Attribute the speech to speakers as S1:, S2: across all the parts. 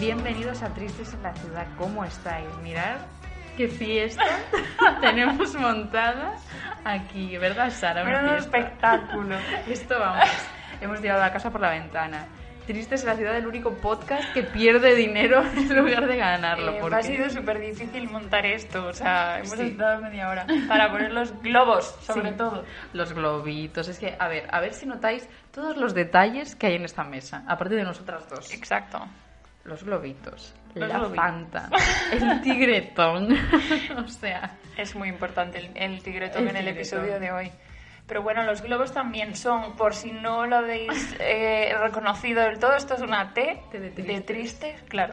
S1: Bienvenidos a Tristes en la Ciudad. ¿Cómo estáis? Mirad qué fiesta tenemos montada aquí, ¿verdad, Sara? Una
S2: Menudo
S1: fiesta.
S2: espectáculo.
S1: Esto vamos. Hemos tirado la casa por la ventana. Tristes en la Ciudad, el único podcast que pierde dinero en lugar de ganarlo.
S2: Eh,
S1: porque-
S2: Ha sido súper difícil montar esto, o sea, hemos
S1: Sí.
S2: estado media hora para poner los globos, sobre
S1: Sí.
S2: todo.
S1: Los globitos. Es que, a ver, a ver si notáis todos los detalles que hay en esta mesa, aparte de nosotras dos.
S2: Exacto.
S1: Los globitos,
S2: Los
S1: la
S2: globitos.
S1: panta, el tigretón. o sea,
S2: Es muy importante el, el tigretón
S1: El
S2: en el
S1: tigretón.
S2: episodio de hoy. Pero bueno, los globos también son, por si no lo habéis eh, reconocido del todo, esto es una T
S1: T de
S2: de
S1: tristes.
S2: tristes, claro.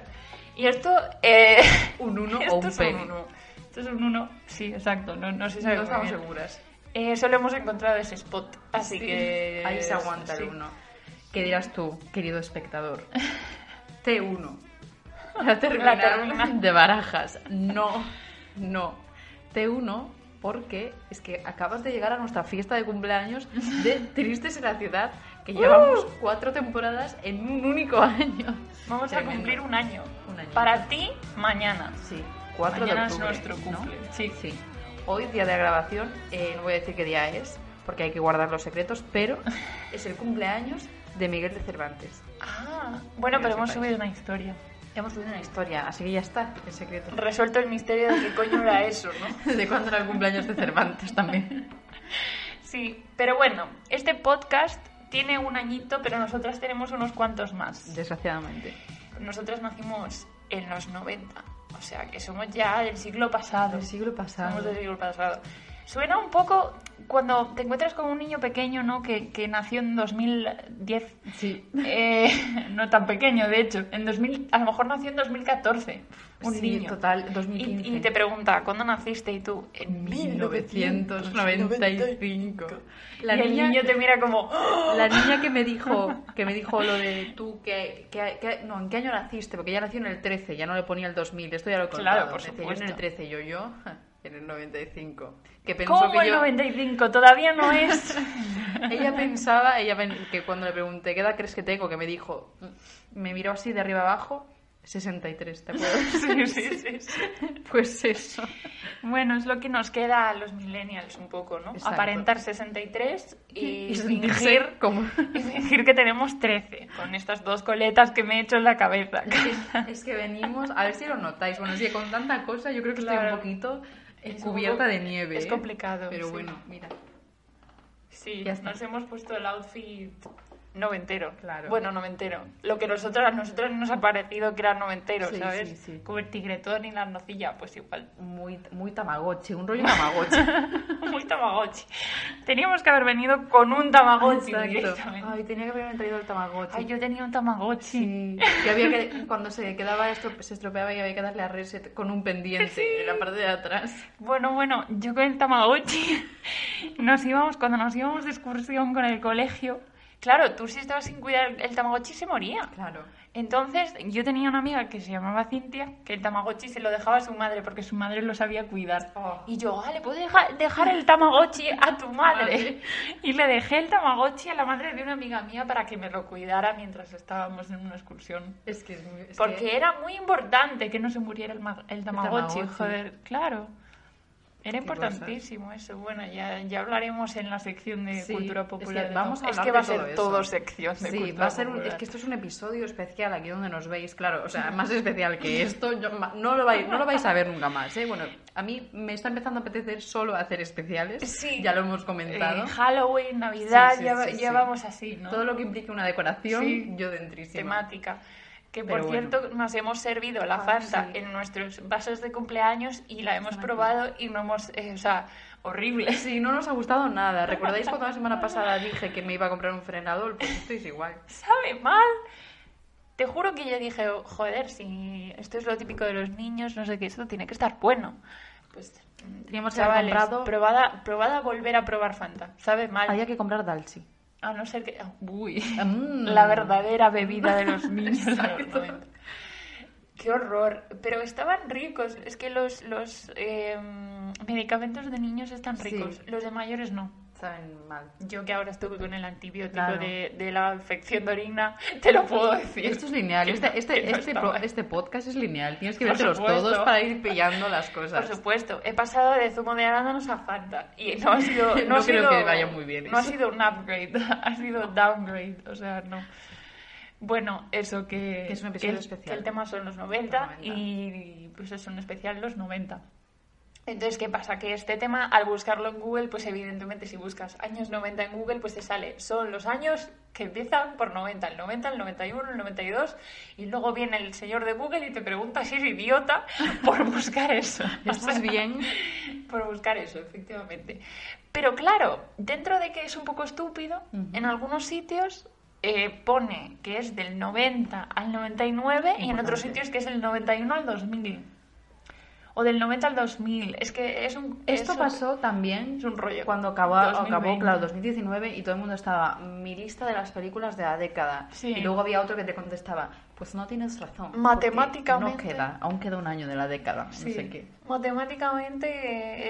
S2: Y esto... eh,
S1: un uno
S2: esto
S1: o un
S2: es un
S1: pene.
S2: uno. Esto es un 1, sí, exacto, no, no se sabe
S1: No
S2: muy
S1: estamos
S2: bien.
S1: seguras.
S2: Eh, solo hemos encontrado ese spot, así que...
S1: ahí se aguanta
S2: sí.
S1: el uno. ¿Qué dirás tú, querido espectador? T1. La terminal,
S2: terminal.
S1: de barajas. No, no. T1 porque es que acabas de llegar a nuestra fiesta de cumpleaños de Tristes en la Ciudad, que llevamos cuatro temporadas en un único año.
S2: Vamos
S1: Tremendo.
S2: a cumplir un año.
S1: Un año.
S2: Para ti, mañana.
S1: Sí, 4
S2: Mañana
S1: de
S2: es
S1: octubre.
S2: nuestro cumple.
S1: ¿no?
S2: Sí.
S1: Hoy, día de grabación, eh, no voy a decir qué día es, porque hay que guardar los secretos, pero es el cumpleaños de Miguel de Cervantes.
S2: Ah, bueno,
S1: Que
S2: pero
S1: lo
S2: hemos
S1: sepáis.
S2: subido una historia.
S1: Hemos subido una historia, así que ya está, el secreto.
S2: Resuelto el misterio de qué coño era eso, ¿no?
S1: ¿De cuándo era el cumpleaños de Cervantes también?
S2: Sí, pero bueno, este podcast tiene un añito, pero nosotras tenemos unos cuantos más.
S1: Desgraciadamente.
S2: Nosotras nacimos en los 90, o sea que somos ya del siglo pasado.
S1: Ah, Del siglo
S2: Somos
S1: pasado.
S2: del siglo pasado. Suena un poco cuando te encuentras con un niño pequeño, ¿no? Que, que nació en 2010.
S1: Sí.
S2: Eh, no tan pequeño, de hecho. En 2000, a lo mejor nació en 2014. Un
S1: Sí,
S2: niño.
S1: total,
S2: Y,
S1: 2015.
S2: y te pregunta, ¿cuándo naciste? Y tú, en
S1: 1995.
S2: y el niño te mira como, "¡Ah!".
S1: La niña que me dijo, que me dijo lo de tú, que, que- que- no, ¿en qué año naciste? Porque ya nació en el 13, ya no le ponía el 2000, esto ya lo he contado.
S2: Claro, por
S1: Me decía,
S2: supuesto.
S1: Yo en el 13, y yo, yo, ja, en el 95. Que pensó
S2: ¿cómo
S1: que
S2: el
S1: yo,
S2: 95? Todavía no es.
S1: Ella pensaba, ella pen- que cuando le pregunté, ¿qué edad crees que tengo? Que me dijo, me miró así de arriba abajo, 63, ¿te acuerdas?
S2: Sí, sí, sí, sí.
S1: Pues eso.
S2: Bueno, es lo que nos queda a los millennials un poco, ¿no?
S1: Exacto.
S2: Aparentar 63 y, fingir
S1: fingir como...
S2: y fingir que tenemos 13 con estas dos coletas que me he hecho en la cabeza.
S1: Es que venimos, a ver si lo notáis. Bueno, es que con tanta cosa yo creo que estoy
S2: Claro.
S1: un poquito eh,
S2: Es un
S1: cubierta
S2: poco-
S1: de nieve.
S2: es
S1: ¿eh?
S2: complicado,
S1: Pero
S2: sí.
S1: bueno, mira.
S2: Sí,
S1: Ya está.
S2: nos hemos puesto el outfit noventero.
S1: Claro.
S2: Bueno, noventero. Lo que nosotros, a nosotros nos ha parecido que era noventero,
S1: Sí,
S2: ¿sabes?
S1: sí, sí.
S2: Como el tigretón y la nocilla, pues igual.
S1: Muy, muy tamagotchi, un rollo tamagotchi.
S2: Muy tamagotchi. Teníamos que haber venido con un tamagotchi directamente.
S1: Ay, tenía que haberme traído el tamagotchi.
S2: Ay, yo tenía un tamagotchi.
S1: Sí, que había que, cuando se quedaba esto, se estropeaba y había que darle a reset con un pendiente en la parte de atrás.
S2: Bueno, bueno, yo con el Tamagotchi nos íbamos, cuando nos íbamos de excursión con el colegio, claro, tú si estabas sin cuidar el Tamagotchi se moría.
S1: Claro.
S2: Entonces, yo tenía una amiga que se llamaba Cintia, que el Tamagotchi se lo dejaba a su madre porque su madre lo sabía cuidar.
S1: Oh.
S2: Y yo, ah, le puedo deja- dejar el Tamagotchi a tu madre.
S1: Madre.
S2: Y le dejé el Tamagotchi a la madre de una amiga mía para que me lo cuidara mientras estábamos en una excursión.
S1: Es que es muy. es
S2: Porque
S1: que-
S2: era muy importante que no se muriera el, ma- el tamagotchi,
S1: Tamagotchi.
S2: joder, claro.
S1: Qué
S2: Era importantísimo eso. Bueno, ya, ya hablaremos en la sección de
S1: Sí,
S2: cultura
S1: es que
S2: popular. de
S1: vamos
S2: todo.
S1: a
S2: es
S1: hablar
S2: que va
S1: de
S2: a
S1: todo
S2: ser
S1: eso.
S2: todo sección de
S1: Sí,
S2: cultura
S1: va a ser un-
S2: popular.
S1: es que esto es un episodio especial aquí donde nos veis, claro, o sea, más especial que esto, yo ma- no, lo vais, no lo vais a ver nunca más, ¿eh? Bueno, a mí me está empezando a apetecer solo hacer especiales,
S2: Sí.
S1: ya lo hemos
S2: Eh,
S1: comentado.
S2: Halloween, Navidad,
S1: Sí, sí,
S2: ya,
S1: sí,
S2: ya
S1: sí.
S2: vamos así, ¿no?
S1: Todo lo que implique una decoración,
S2: Sí.
S1: yo dentrísima.
S2: temática. Que
S1: Pero
S2: por
S1: bueno.
S2: cierto, nos hemos servido la
S1: Ah,
S2: Fanta
S1: sí.
S2: en nuestros vasos de cumpleaños y la hemos probado y no hemos. eh, o sea, horrible.
S1: Sí, no nos ha gustado nada. ¿Recordáis cuando la semana pasada dije que me iba a comprar un frenador? Pues esto es igual.
S2: sabe mal. Te juro que yo dije, "Oh, joder, si esto es lo típico de los niños, no sé qué, esto tiene que estar bueno. Pues, mm,
S1: Teníamos que haber
S2: chavales,
S1: comprado-
S2: probada, probada a volver a probar Fanta. Sabe mal.
S1: Había que comprar Dalsy.
S2: A no ser que... Uy.
S1: Mm.
S2: La eh. verdadera bebida de los niños. de los
S1: Exacto.
S2: 90. Qué horror. Pero estaban ricos. Es que los, los eh, medicamentos de niños están
S1: Sí.
S2: ricos. Los de mayores no.
S1: Saben mal.
S2: Yo que ahora estuve con el antibiótico
S1: Claro.
S2: de, de la infección de orina, te lo puedo decir.
S1: Esto es lineal,
S2: Que no-
S1: este, este,
S2: que no
S1: este,
S2: está
S1: pro-
S2: mal.
S1: este podcast es lineal. Tienes que
S2: Por
S1: verlos
S2: supuesto.
S1: todos para ir pillando las
S2: Por
S1: cosas.
S2: supuesto, he pasado de zumo de arándanos a Fanta y no ha sido... No,
S1: No
S2: ha
S1: creo
S2: sido-
S1: que vaya muy bien
S2: No ha
S1: eso.
S2: sido un upgrade, ha sido downgrade, o sea, no. Bueno, eso que...
S1: Que es un episodio
S2: el-
S1: especial.
S2: que el tema son los 90,
S1: Los 90.
S2: y pues es un especial los 90. Entonces, ¿qué pasa? Que este tema, al buscarlo en Google, pues evidentemente si buscas años 90 en Google, pues te sale. Son los años que empiezan por 90, el 90, el 91, el 92, y luego viene el señor de Google y te pregunta si eres idiota por buscar eso.
S1: ¿Estás bien?
S2: Por buscar eso, efectivamente. Pero claro, dentro de que es un poco estúpido, en algunos sitios eh, pone que es del 90 al 99 y en
S1: Importante.
S2: otros sitios que es del 91 al 2000. O del 90 al 2000. Es que es un...
S1: Esto
S2: es un-
S1: pasó también
S2: es un rollo.
S1: cuando acabó,
S2: 2020.
S1: acabó, claro, 2019 y todo el mundo estaba, mi lista de las películas de la década.
S2: Sí.
S1: Y luego había otro que te contestaba, pues no tienes razón. porque
S2: Matemáticamente.
S1: No queda, aún queda un año de la década,
S2: Sí.
S1: no sé qué.
S2: Matemáticamente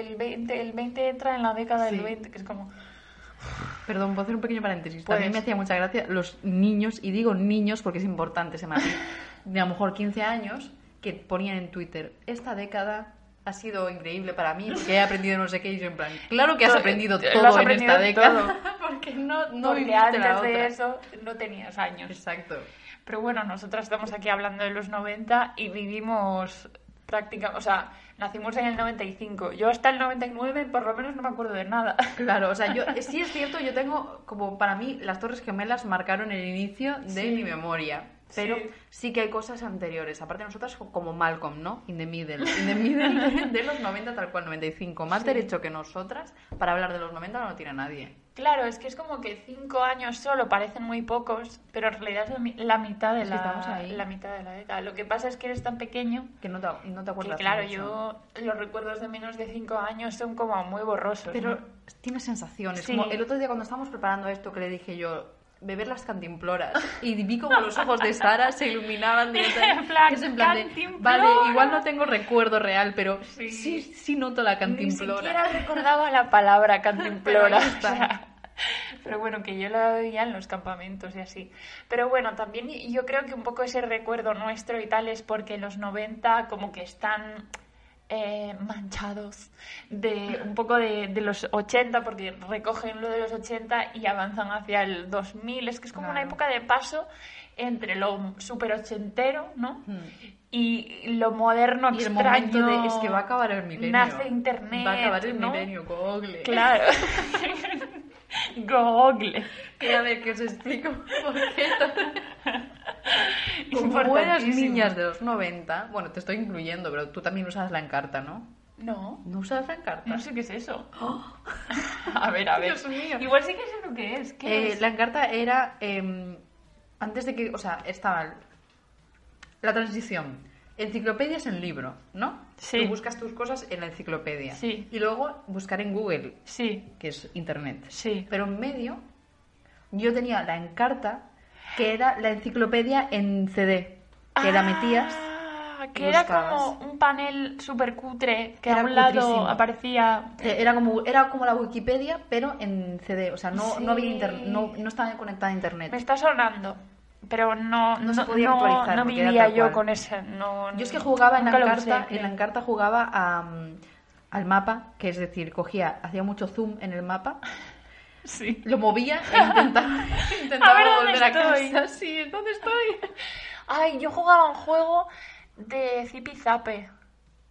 S2: eh, el 20, el 20 entra en la década
S1: Sí.
S2: del 20, que es como...
S1: Perdón, puedo hacer un pequeño paréntesis.
S2: Puedes.
S1: También me hacía mucha gracia los niños, y digo niños porque es importante ese matiz, de a lo mejor 15 años, que ponían en Twitter, esta década ha sido increíble para mí porque he aprendido no sé qué, y yo en plan, claro que has
S2: Todo-
S1: aprendido
S2: eh, lo
S1: todo
S2: has
S1: en
S2: aprendido
S1: esta
S2: todo.
S1: década. Porque no, no
S2: porque
S1: viviste
S2: antes
S1: la otra.
S2: de eso no tenías años.
S1: Exacto.
S2: Pero bueno, nosotras estamos aquí hablando de los 90 y vivimos prácticamente, o sea, nacimos en el 95. Yo hasta el 99 por lo menos no me acuerdo de nada.
S1: Claro, o sea, yo eh, sí es cierto, yo tengo como para mí las Torres Gemelas marcaron el inicio de
S2: Sí.
S1: mi memoria, pero
S2: Sí.
S1: sí. que hay cosas anteriores, aparte nosotras como Malcolm, ¿no? In the middle, in the middle de los 90 tal cual, 95, más
S2: Sí.
S1: derecho que nosotras para hablar de los 90 no lo tiene nadie.
S2: Claro, es que es como que cinco años solo parecen muy pocos, pero en realidad es la mi- la mitad de
S1: Es que estamos
S2: la,
S1: ahí.
S2: la mitad de la década. Lo que pasa es que eres tan pequeño
S1: Que no te, no te
S2: que
S1: acuerdas.
S2: claro,
S1: mucho.
S2: yo los recuerdos de menos de cinco años son como muy borrosos.
S1: Pero
S2: ¿no?
S1: tiene sensaciones.
S2: Sí.
S1: Como el otro día cuando estábamos preparando esto que le dije yo, beber las cantimploras. Y vi como los ojos de Sara se iluminaban de
S2: En plan,
S1: que es en plan de,
S2: "Cantimplora".
S1: Vale, igual no tengo recuerdo real, pero
S2: Sí.
S1: sí, sí, noto la
S2: Ni
S1: cantimplora.
S2: siquiera recordaba la palabra cantimplora.
S1: Pero ahí está.
S2: o sea, pero bueno, que yo la veía en los campamentos y así. Pero bueno, también yo creo que un poco ese recuerdo nuestro y tal es porque los 90 como que están eh, manchados de un poco de, de los 80 porque recogen lo de los 80 y avanzan hacia el 2000. Es que es como una
S1: Claro.
S2: época de paso entre lo super ochentero, ¿no?
S1: Mm.
S2: Y lo moderno
S1: Y el
S2: extraño.
S1: momento de, es que va a acabar el milenio.
S2: Nace internet,
S1: Va a acabar el
S2: ¿no?
S1: milenio, google.
S2: Claro. Google.
S1: Y a ver, que os explico por qué. Como buenas
S2: Importantísimo.
S1: niñas de los 90, bueno, te estoy incluyendo, pero tú también usas la encarta, ¿no?
S2: No,
S1: ¿No usas la encarta?
S2: no sé qué es eso. A ver, a ver.
S1: Dios mío.
S2: Igual sí que sé lo que es. ¿Qué
S1: Eh,
S2: es?
S1: La encarta era eh, antes de que, o sea, estaba la transición. Enciclopedia es el libro, ¿no?
S2: Sí.
S1: Tú buscas tus cosas en la enciclopedia.
S2: Sí.
S1: Y luego buscar en Google,
S2: Sí,
S1: que es internet.
S2: Sí.
S1: Pero en medio yo tenía la encarta que era la enciclopedia en CD, que la metías.
S2: Ah,
S1: y
S2: Que era
S1: buscabas.
S2: como un panel súper cutre que a
S1: Era
S2: un lado
S1: cutrísimo.
S2: aparecía.
S1: Eh, Era como, era como la Wikipedia, pero en CD. O sea, no, no, había inter-
S2: Sí.
S1: no, no estaba conectada a Internet.
S2: Me está sonando. Pero no,
S1: No se podía actualizar,
S2: no
S1: porque era
S2: vivía
S1: tal
S2: yo
S1: cual.
S2: con esa. No,
S1: Yo es que jugaba en la
S2: nunca lo usé, eh.
S1: encarta,
S2: creo.
S1: en la encarta jugaba a, mm, al mapa, que es decir, cogía, hacía mucho zoom en el mapa,
S2: Sí.
S1: lo movía e intentaba, intentaba
S2: A ver, ¿dónde
S1: volver a
S2: estoy?
S1: casa. Sí, ¿dónde estoy?
S2: Ay, yo jugaba un juego de zipizape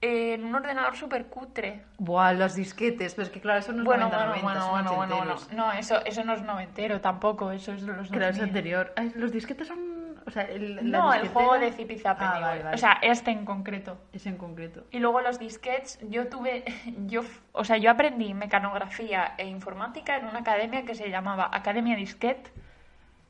S2: en un ordenador súper cutre.
S1: Buah, los disquetes, pero es que claro, eso no es
S2: Bueno,
S1: 90,
S2: bueno,
S1: 90,
S2: bueno,
S1: son
S2: bueno, bueno, bueno.
S1: ochenteros.
S2: No, eso, eso no es noventero tampoco, eso es de los
S1: Claro, es
S2: 2000.
S1: anterior. Ay, los disquetes son... O sea, el, la
S2: No, el
S1: disquetera-
S2: juego de zipizape.
S1: Ah,
S2: digo,
S1: vale, vale.
S2: O sea, este en concreto.
S1: Ese en concreto.
S2: Y luego los disquets, yo tuve, yo, o sea, yo aprendí mecanografía e informática en una academia que se llamaba Academia Disquet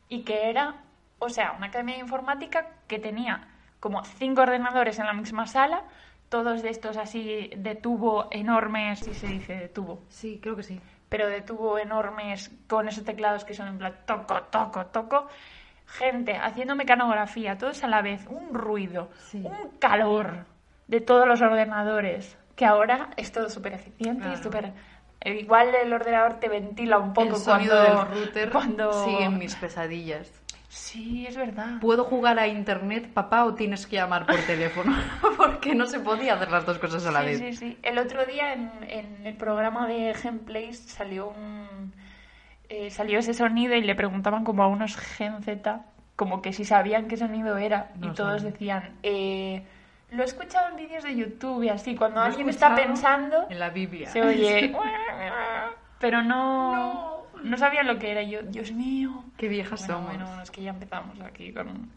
S2: y que era, o sea, una academia de informática que tenía como cinco ordenadores en la misma sala, todos de estos así de tubo enormes, si se dice de tubo,
S1: Sí, creo que sí.
S2: pero de tubo enormes con esos teclados que son en plan toco, toco, toco. Gente haciendo mecanografía, todos a la vez, un ruido,
S1: Sí.
S2: un calor de todos los ordenadores, que ahora es todo súper eficiente y
S1: Claro.
S2: súper... eh, Igual el ordenador te ventila un
S1: el
S2: poco
S1: sonido
S2: cuando...
S1: del router
S2: cuando...
S1: sigue en mis pesadillas.
S2: Sí, es verdad.
S1: ¿Puedo jugar a internet, papá, o tienes que llamar por teléfono? Porque no se podía hacer las dos cosas a la
S2: Sí,
S1: vez.
S2: sí, sí. El otro día en, en el programa de Gameplays salió un eh, salió ese sonido y le preguntaban como a unos Gen Z como que si sabían qué sonido era
S1: No
S2: y todos
S1: saben.
S2: decían eh, lo he escuchado en vídeos de YouTube y así cuando
S1: Lo he
S2: alguien está
S1: escuchado
S2: pensando
S1: En la Biblia.
S2: se oye pero no, no sabían lo que era Y yo Dios mío
S1: Qué viejas
S2: bueno,
S1: somos.
S2: bueno, es que ya empezamos aquí con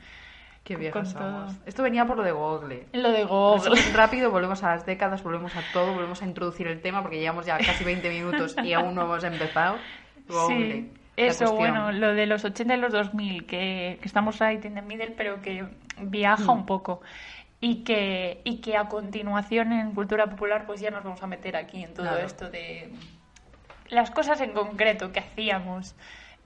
S1: Qué viejas
S2: con todo.
S1: somos. Esto venía por lo de Google.
S2: lo de
S1: Nosotros
S2: Google
S1: rápido, volvemos a las décadas, volvemos a todo, volvemos a introducir el tema porque llevamos ya casi 20 minutos y aún no hemos empezado. Google,
S2: Sí,
S1: la
S2: eso,
S1: cuestión.
S2: bueno, lo de los 80 y los 2000, que, que estamos right in the middle, pero que viaja
S1: Mm.
S2: un poco. Y que, y que a continuación en cultura popular, pues ya nos vamos a meter aquí en todo
S1: Claro.
S2: esto de las cosas en concreto que hacíamos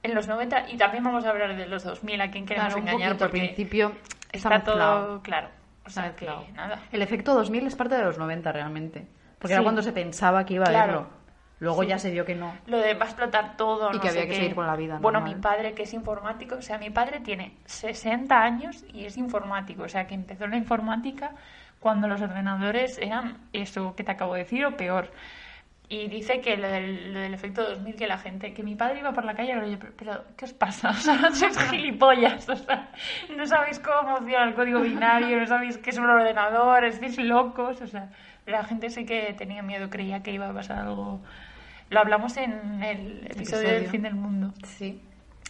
S2: en los 90 y también vamos a hablar de los 2000, a quien queremos
S1: Claro, un
S2: engañar,
S1: poquito, al
S2: porque
S1: principio está,
S2: está
S1: mezclado.
S2: todo claro. O
S1: Está
S2: sea, que
S1: mezclado.
S2: nada.
S1: El efecto 2000 es parte de los 90 realmente. Porque era
S2: Sí.
S1: cuando se pensaba que iba a
S2: Claro.
S1: haberlo. Luego
S2: Sí.
S1: ya se vio que no.
S2: lo de va a explotar todo.
S1: Y
S2: no
S1: que había
S2: sé
S1: que
S2: qué.
S1: seguir con la vida
S2: Bueno,
S1: normal.
S2: mi padre, que es informático, o sea, mi padre tiene 60 años y es informático, o sea, que empezó la informática cuando los ordenadores eran eso que te acabo de decir o peor. Y dice que lo del, lo del efecto 2000, que la gente, que mi padre iba por la calle y le oye, pero, pero, ¿qué os pasa? O sea, sois gilipollas, o sea, no sabéis cómo funciona el código binario, no sabéis qué es un ordenador, estáis locos, o sea, la gente sí que tenía miedo, creía que iba a pasar algo. Lo hablamos en el episodio del
S1: Episodio.
S2: fin del mundo.
S1: Sí.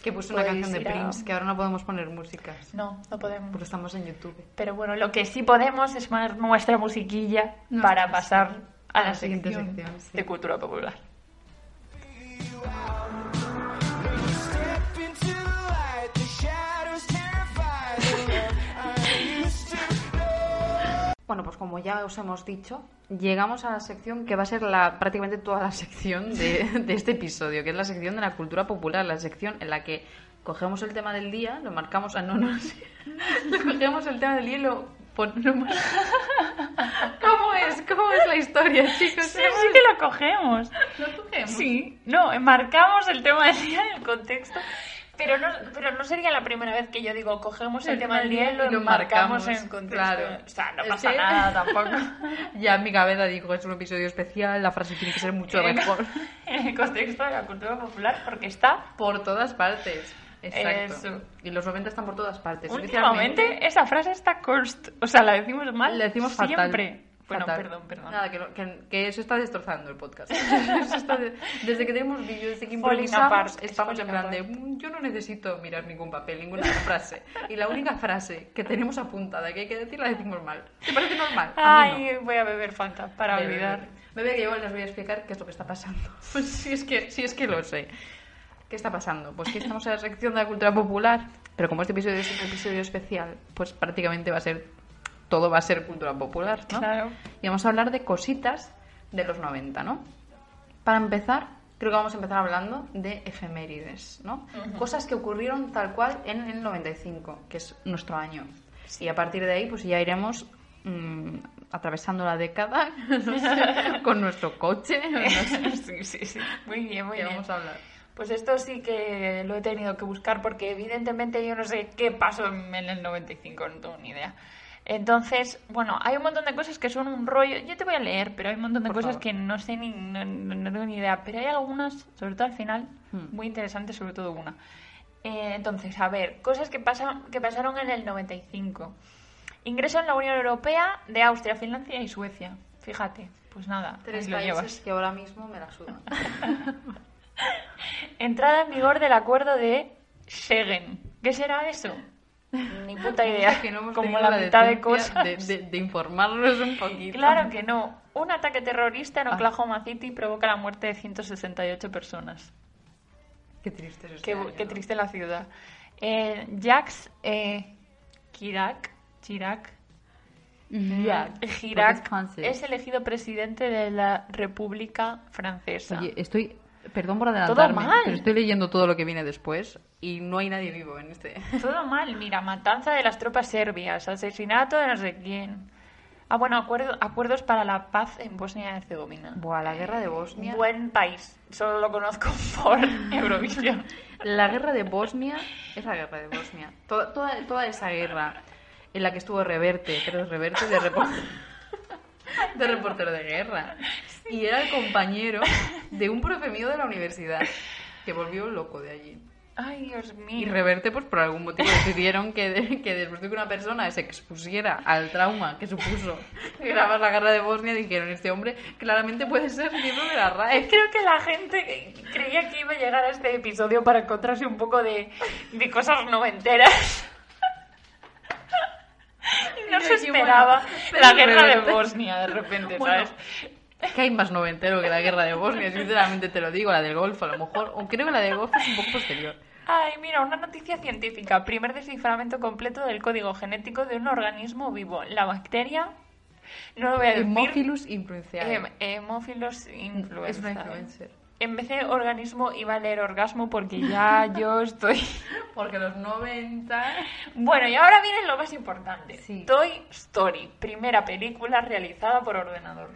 S1: Que puso una
S2: Podéis
S1: canción de
S2: ir a-
S1: Prince, que ahora no podemos poner músicas.
S2: No, no podemos.
S1: Porque estamos en YouTube.
S2: Pero bueno, lo que sí podemos es poner nuestra musiquilla
S1: Nuestra
S2: para pasar a la,
S1: siguiente
S2: sección,
S1: sección, sí.
S2: de cultura popular.
S3: Step into the light, the shadows terrify the love I used to
S1: Bueno, pues como ya os hemos dicho, llegamos a la sección que va a ser la, prácticamente toda la sección de, de este episodio, que es la sección de la cultura popular, la sección en la que cogemos el tema del día, lo marcamos... Ah, no, no, sí. cogemos el tema del día y lo ponemos... ¿Cómo es? ¿Cómo es la historia, chicos?
S2: Sí, sí que lo cogemos.
S1: ¿Lo cogemos?
S2: Sí, no, marcamos el tema del día en el contexto, pero no, pero no sería la primera vez que yo digo, cogemos el, tema del día y lo, marcamos en el contexto.
S1: Claro.
S2: O sea, no
S1: Es
S2: pasa
S1: que-
S2: nada tampoco.
S1: Ya en mi cabeza digo, es un episodio especial, la frase tiene que ser mucho
S2: En el-
S1: mejor.
S2: En el contexto de la cultura popular, porque está
S1: Por todas partes. Exacto.
S2: Eso.
S1: Y los 90 están por todas partes.
S2: Últimamente esa frase está cursed, o sea, la decimos mal.
S1: Le decimos fatal.
S2: siempre. Bueno,
S1: Fatal.
S2: perdón, perdón.
S1: Nada, que, lo- que- que eso está destrozando el podcast. Eso está de- desde que tenemos vídeo, desde que
S2: Falling
S1: improvisamos,
S2: apart, es
S1: estamos en
S2: falling
S1: plan de
S2: apart.
S1: "Mm, yo no necesito mirar ningún papel, ninguna frase. Y la única frase que tenemos apuntada que hay que decir la decimos mal. ¿Te parece normal? A mí no.
S2: Ay, voy a beber Fanta para
S1: Bebe,
S2: olvidar.
S1: bebe. Bebe, que yo les voy a explicar qué es lo que está pasando. Pues si es que, si es que lo sé. ¿Qué está pasando? Pues que estamos en la sección de la cultura popular, pero como este episodio es un episodio especial, pues prácticamente va a ser todo va a ser cultura popular, ¿no?
S2: Claro.
S1: Y vamos a hablar de cositas de los 90, ¿no? Para empezar, creo que vamos a empezar hablando de efemérides, ¿no? Cosas que ocurrieron tal cual en el 95, que es nuestro año. Y a partir de ahí, pues ya iremos mm, atravesando la década no sé, con nuestro coche. no sé
S2: sí, sí, sí. Muy bien, muy
S1: qué
S2: bien.
S1: vamos a hablar.
S2: Pues esto sí que lo he tenido que buscar porque evidentemente yo no sé qué pasó en en el 95, no tengo ni idea. Entonces, bueno, hay un montón de cosas que son un rollo. Yo te voy a leer, pero hay un montón de
S1: Por
S2: cosas
S1: favor.
S2: que no sé ni no, no- no tengo ni idea. Pero hay algunas, sobre todo al final,
S1: Hmm.
S2: muy interesantes, sobre todo una. Eh, entonces, a ver, cosas que, pasan, que pasaron en el 95. Ingreso en la Unión Europea de Austria, Finlandia y Suecia. Fíjate, pues nada,
S1: Tres
S2: ahí lo
S1: países
S2: llevas.
S1: que ahora mismo me la sudan.
S2: Entrada en vigor del acuerdo de Schengen. ¿Qué será eso? Ni puta idea.
S1: que no hemos
S2: Como
S1: tenido
S2: la mitad de
S1: decencia
S2: cosas.
S1: De, de- de informarnos un poquito.
S2: Claro que no. Un ataque terrorista
S1: Ah.
S2: en Oklahoma City provoca la muerte de 168 personas.
S1: Qué triste es este
S2: Qué,
S1: año,
S2: qué
S1: ¿no?
S2: triste la ciudad. Eh, Jacques eh, Chirac, Chirac,
S1: Ya, porque
S2: Chirac
S1: es francés.
S2: es elegido presidente de la República Francesa.
S1: Oye, estoy... Perdón por adelantarme,
S2: mal.
S1: pero estoy leyendo todo lo que viene después y no hay nadie vivo en este...
S2: Todo mal, mira, matanza de las tropas serbias, asesinato de no sé quién. Ah, bueno, acuerdo- acuerdos para la paz en Bosnia y Herzegovina.
S1: Buah, la guerra de Bosnia...
S2: Buen país, solo lo conozco por Eurovisión.
S1: La guerra de Bosnia es la guerra de Bosnia. Toda, toda, toda esa guerra en la que estuvo Reverte, pero Reverte de, repor- de reportero de guerra. Y era el compañero de un profe mío de la universidad que volvió loco de allí.
S2: Ay, Dios
S1: Y
S2: mío.
S1: Reverte, pues por algún motivo decidieron que, de- que después de que una persona se expusiera al trauma que supuso grabar la guerra de Bosnia, dijeron, este hombre claramente puede ser miembro de la RAE.
S2: Creo que la gente creía que iba a llegar a este episodio para encontrarse un poco de, de cosas noventeras. Y no
S1: Y
S2: se
S1: aquí, bueno,
S2: esperaba
S1: pero
S2: la
S1: de
S2: guerra de
S1: repente-
S2: Bosnia de repente,
S1: Bueno,
S2: ¿sabes?
S1: Que hay más noventero que la guerra de Bosnia, sinceramente te lo digo, la del Golfo a lo mejor, o creo que la del Golfo es un poco posterior.
S2: Ay, mira, una noticia científica. Primer desciframiento completo del código genético de un organismo vivo. La bacteria. No lo voy a decir.
S1: Hemophilus influenciae.
S2: Em- Hemophilus influenzae.
S1: Eh, Es una influencer.
S2: ¿eh? En vez de organismo iba a leer orgasmo porque ya yo estoy.
S1: Porque los 90...
S2: Bueno, y ahora viene lo más importante.
S1: Sí.
S2: Toy Story, primera película realizada por ordenador.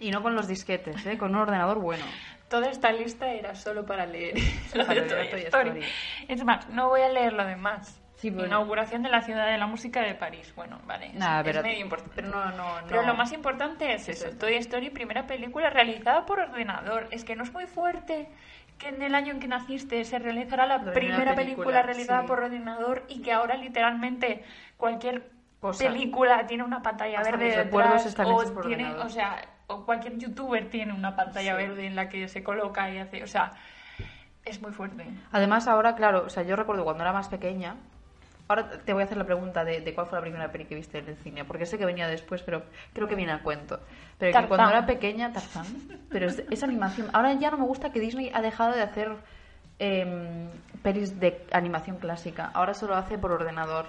S1: Y no con los disquetes, ¿eh? con un ordenador bueno.
S2: Toda esta lista era solo para leer lo
S1: Para
S2: de
S1: leer
S2: Toy,
S1: Toy
S2: Story.
S1: Story.
S2: Es más, no voy a leer lo demás.
S1: Sí, bueno.
S2: Inauguración de la Ciudad de la Música de París. Bueno, vale. es-
S1: Nada,
S2: es,
S1: pero-
S2: medio importante.
S1: pero no, no, no.
S2: Pero lo más importante es eso. Toy Story, primera película realizada por ordenador. Es que no es muy fuerte que en el año en que naciste se realizara la
S1: La primera
S2: primera
S1: película,
S2: película realizada
S1: sí.
S2: por ordenador y que ahora literalmente cualquier
S1: Cosa.
S2: película tiene una pantalla
S1: Hasta
S2: verde
S1: los
S2: detrás
S1: recuerdos están
S2: o
S1: hechos por
S2: tiene-
S1: ordenador.
S2: o sea, o cualquier youtuber tiene una pantalla verde en la que se coloca y hace, o sea, es muy fuerte.
S1: Además ahora, claro, o sea, yo recuerdo cuando era más pequeña... Ahora te voy a hacer la pregunta de, de cuál fue la primera peli que viste en el cine, porque sé que venía después, pero creo que viene al cuento. Pero que
S2: Tarzán.
S1: cuando era pequeña, Tarzán, pero es- esa animación... Ahora ya no me gusta que Disney ha dejado de hacer em, pelis de animación clásica, ahora solo hace por ordenador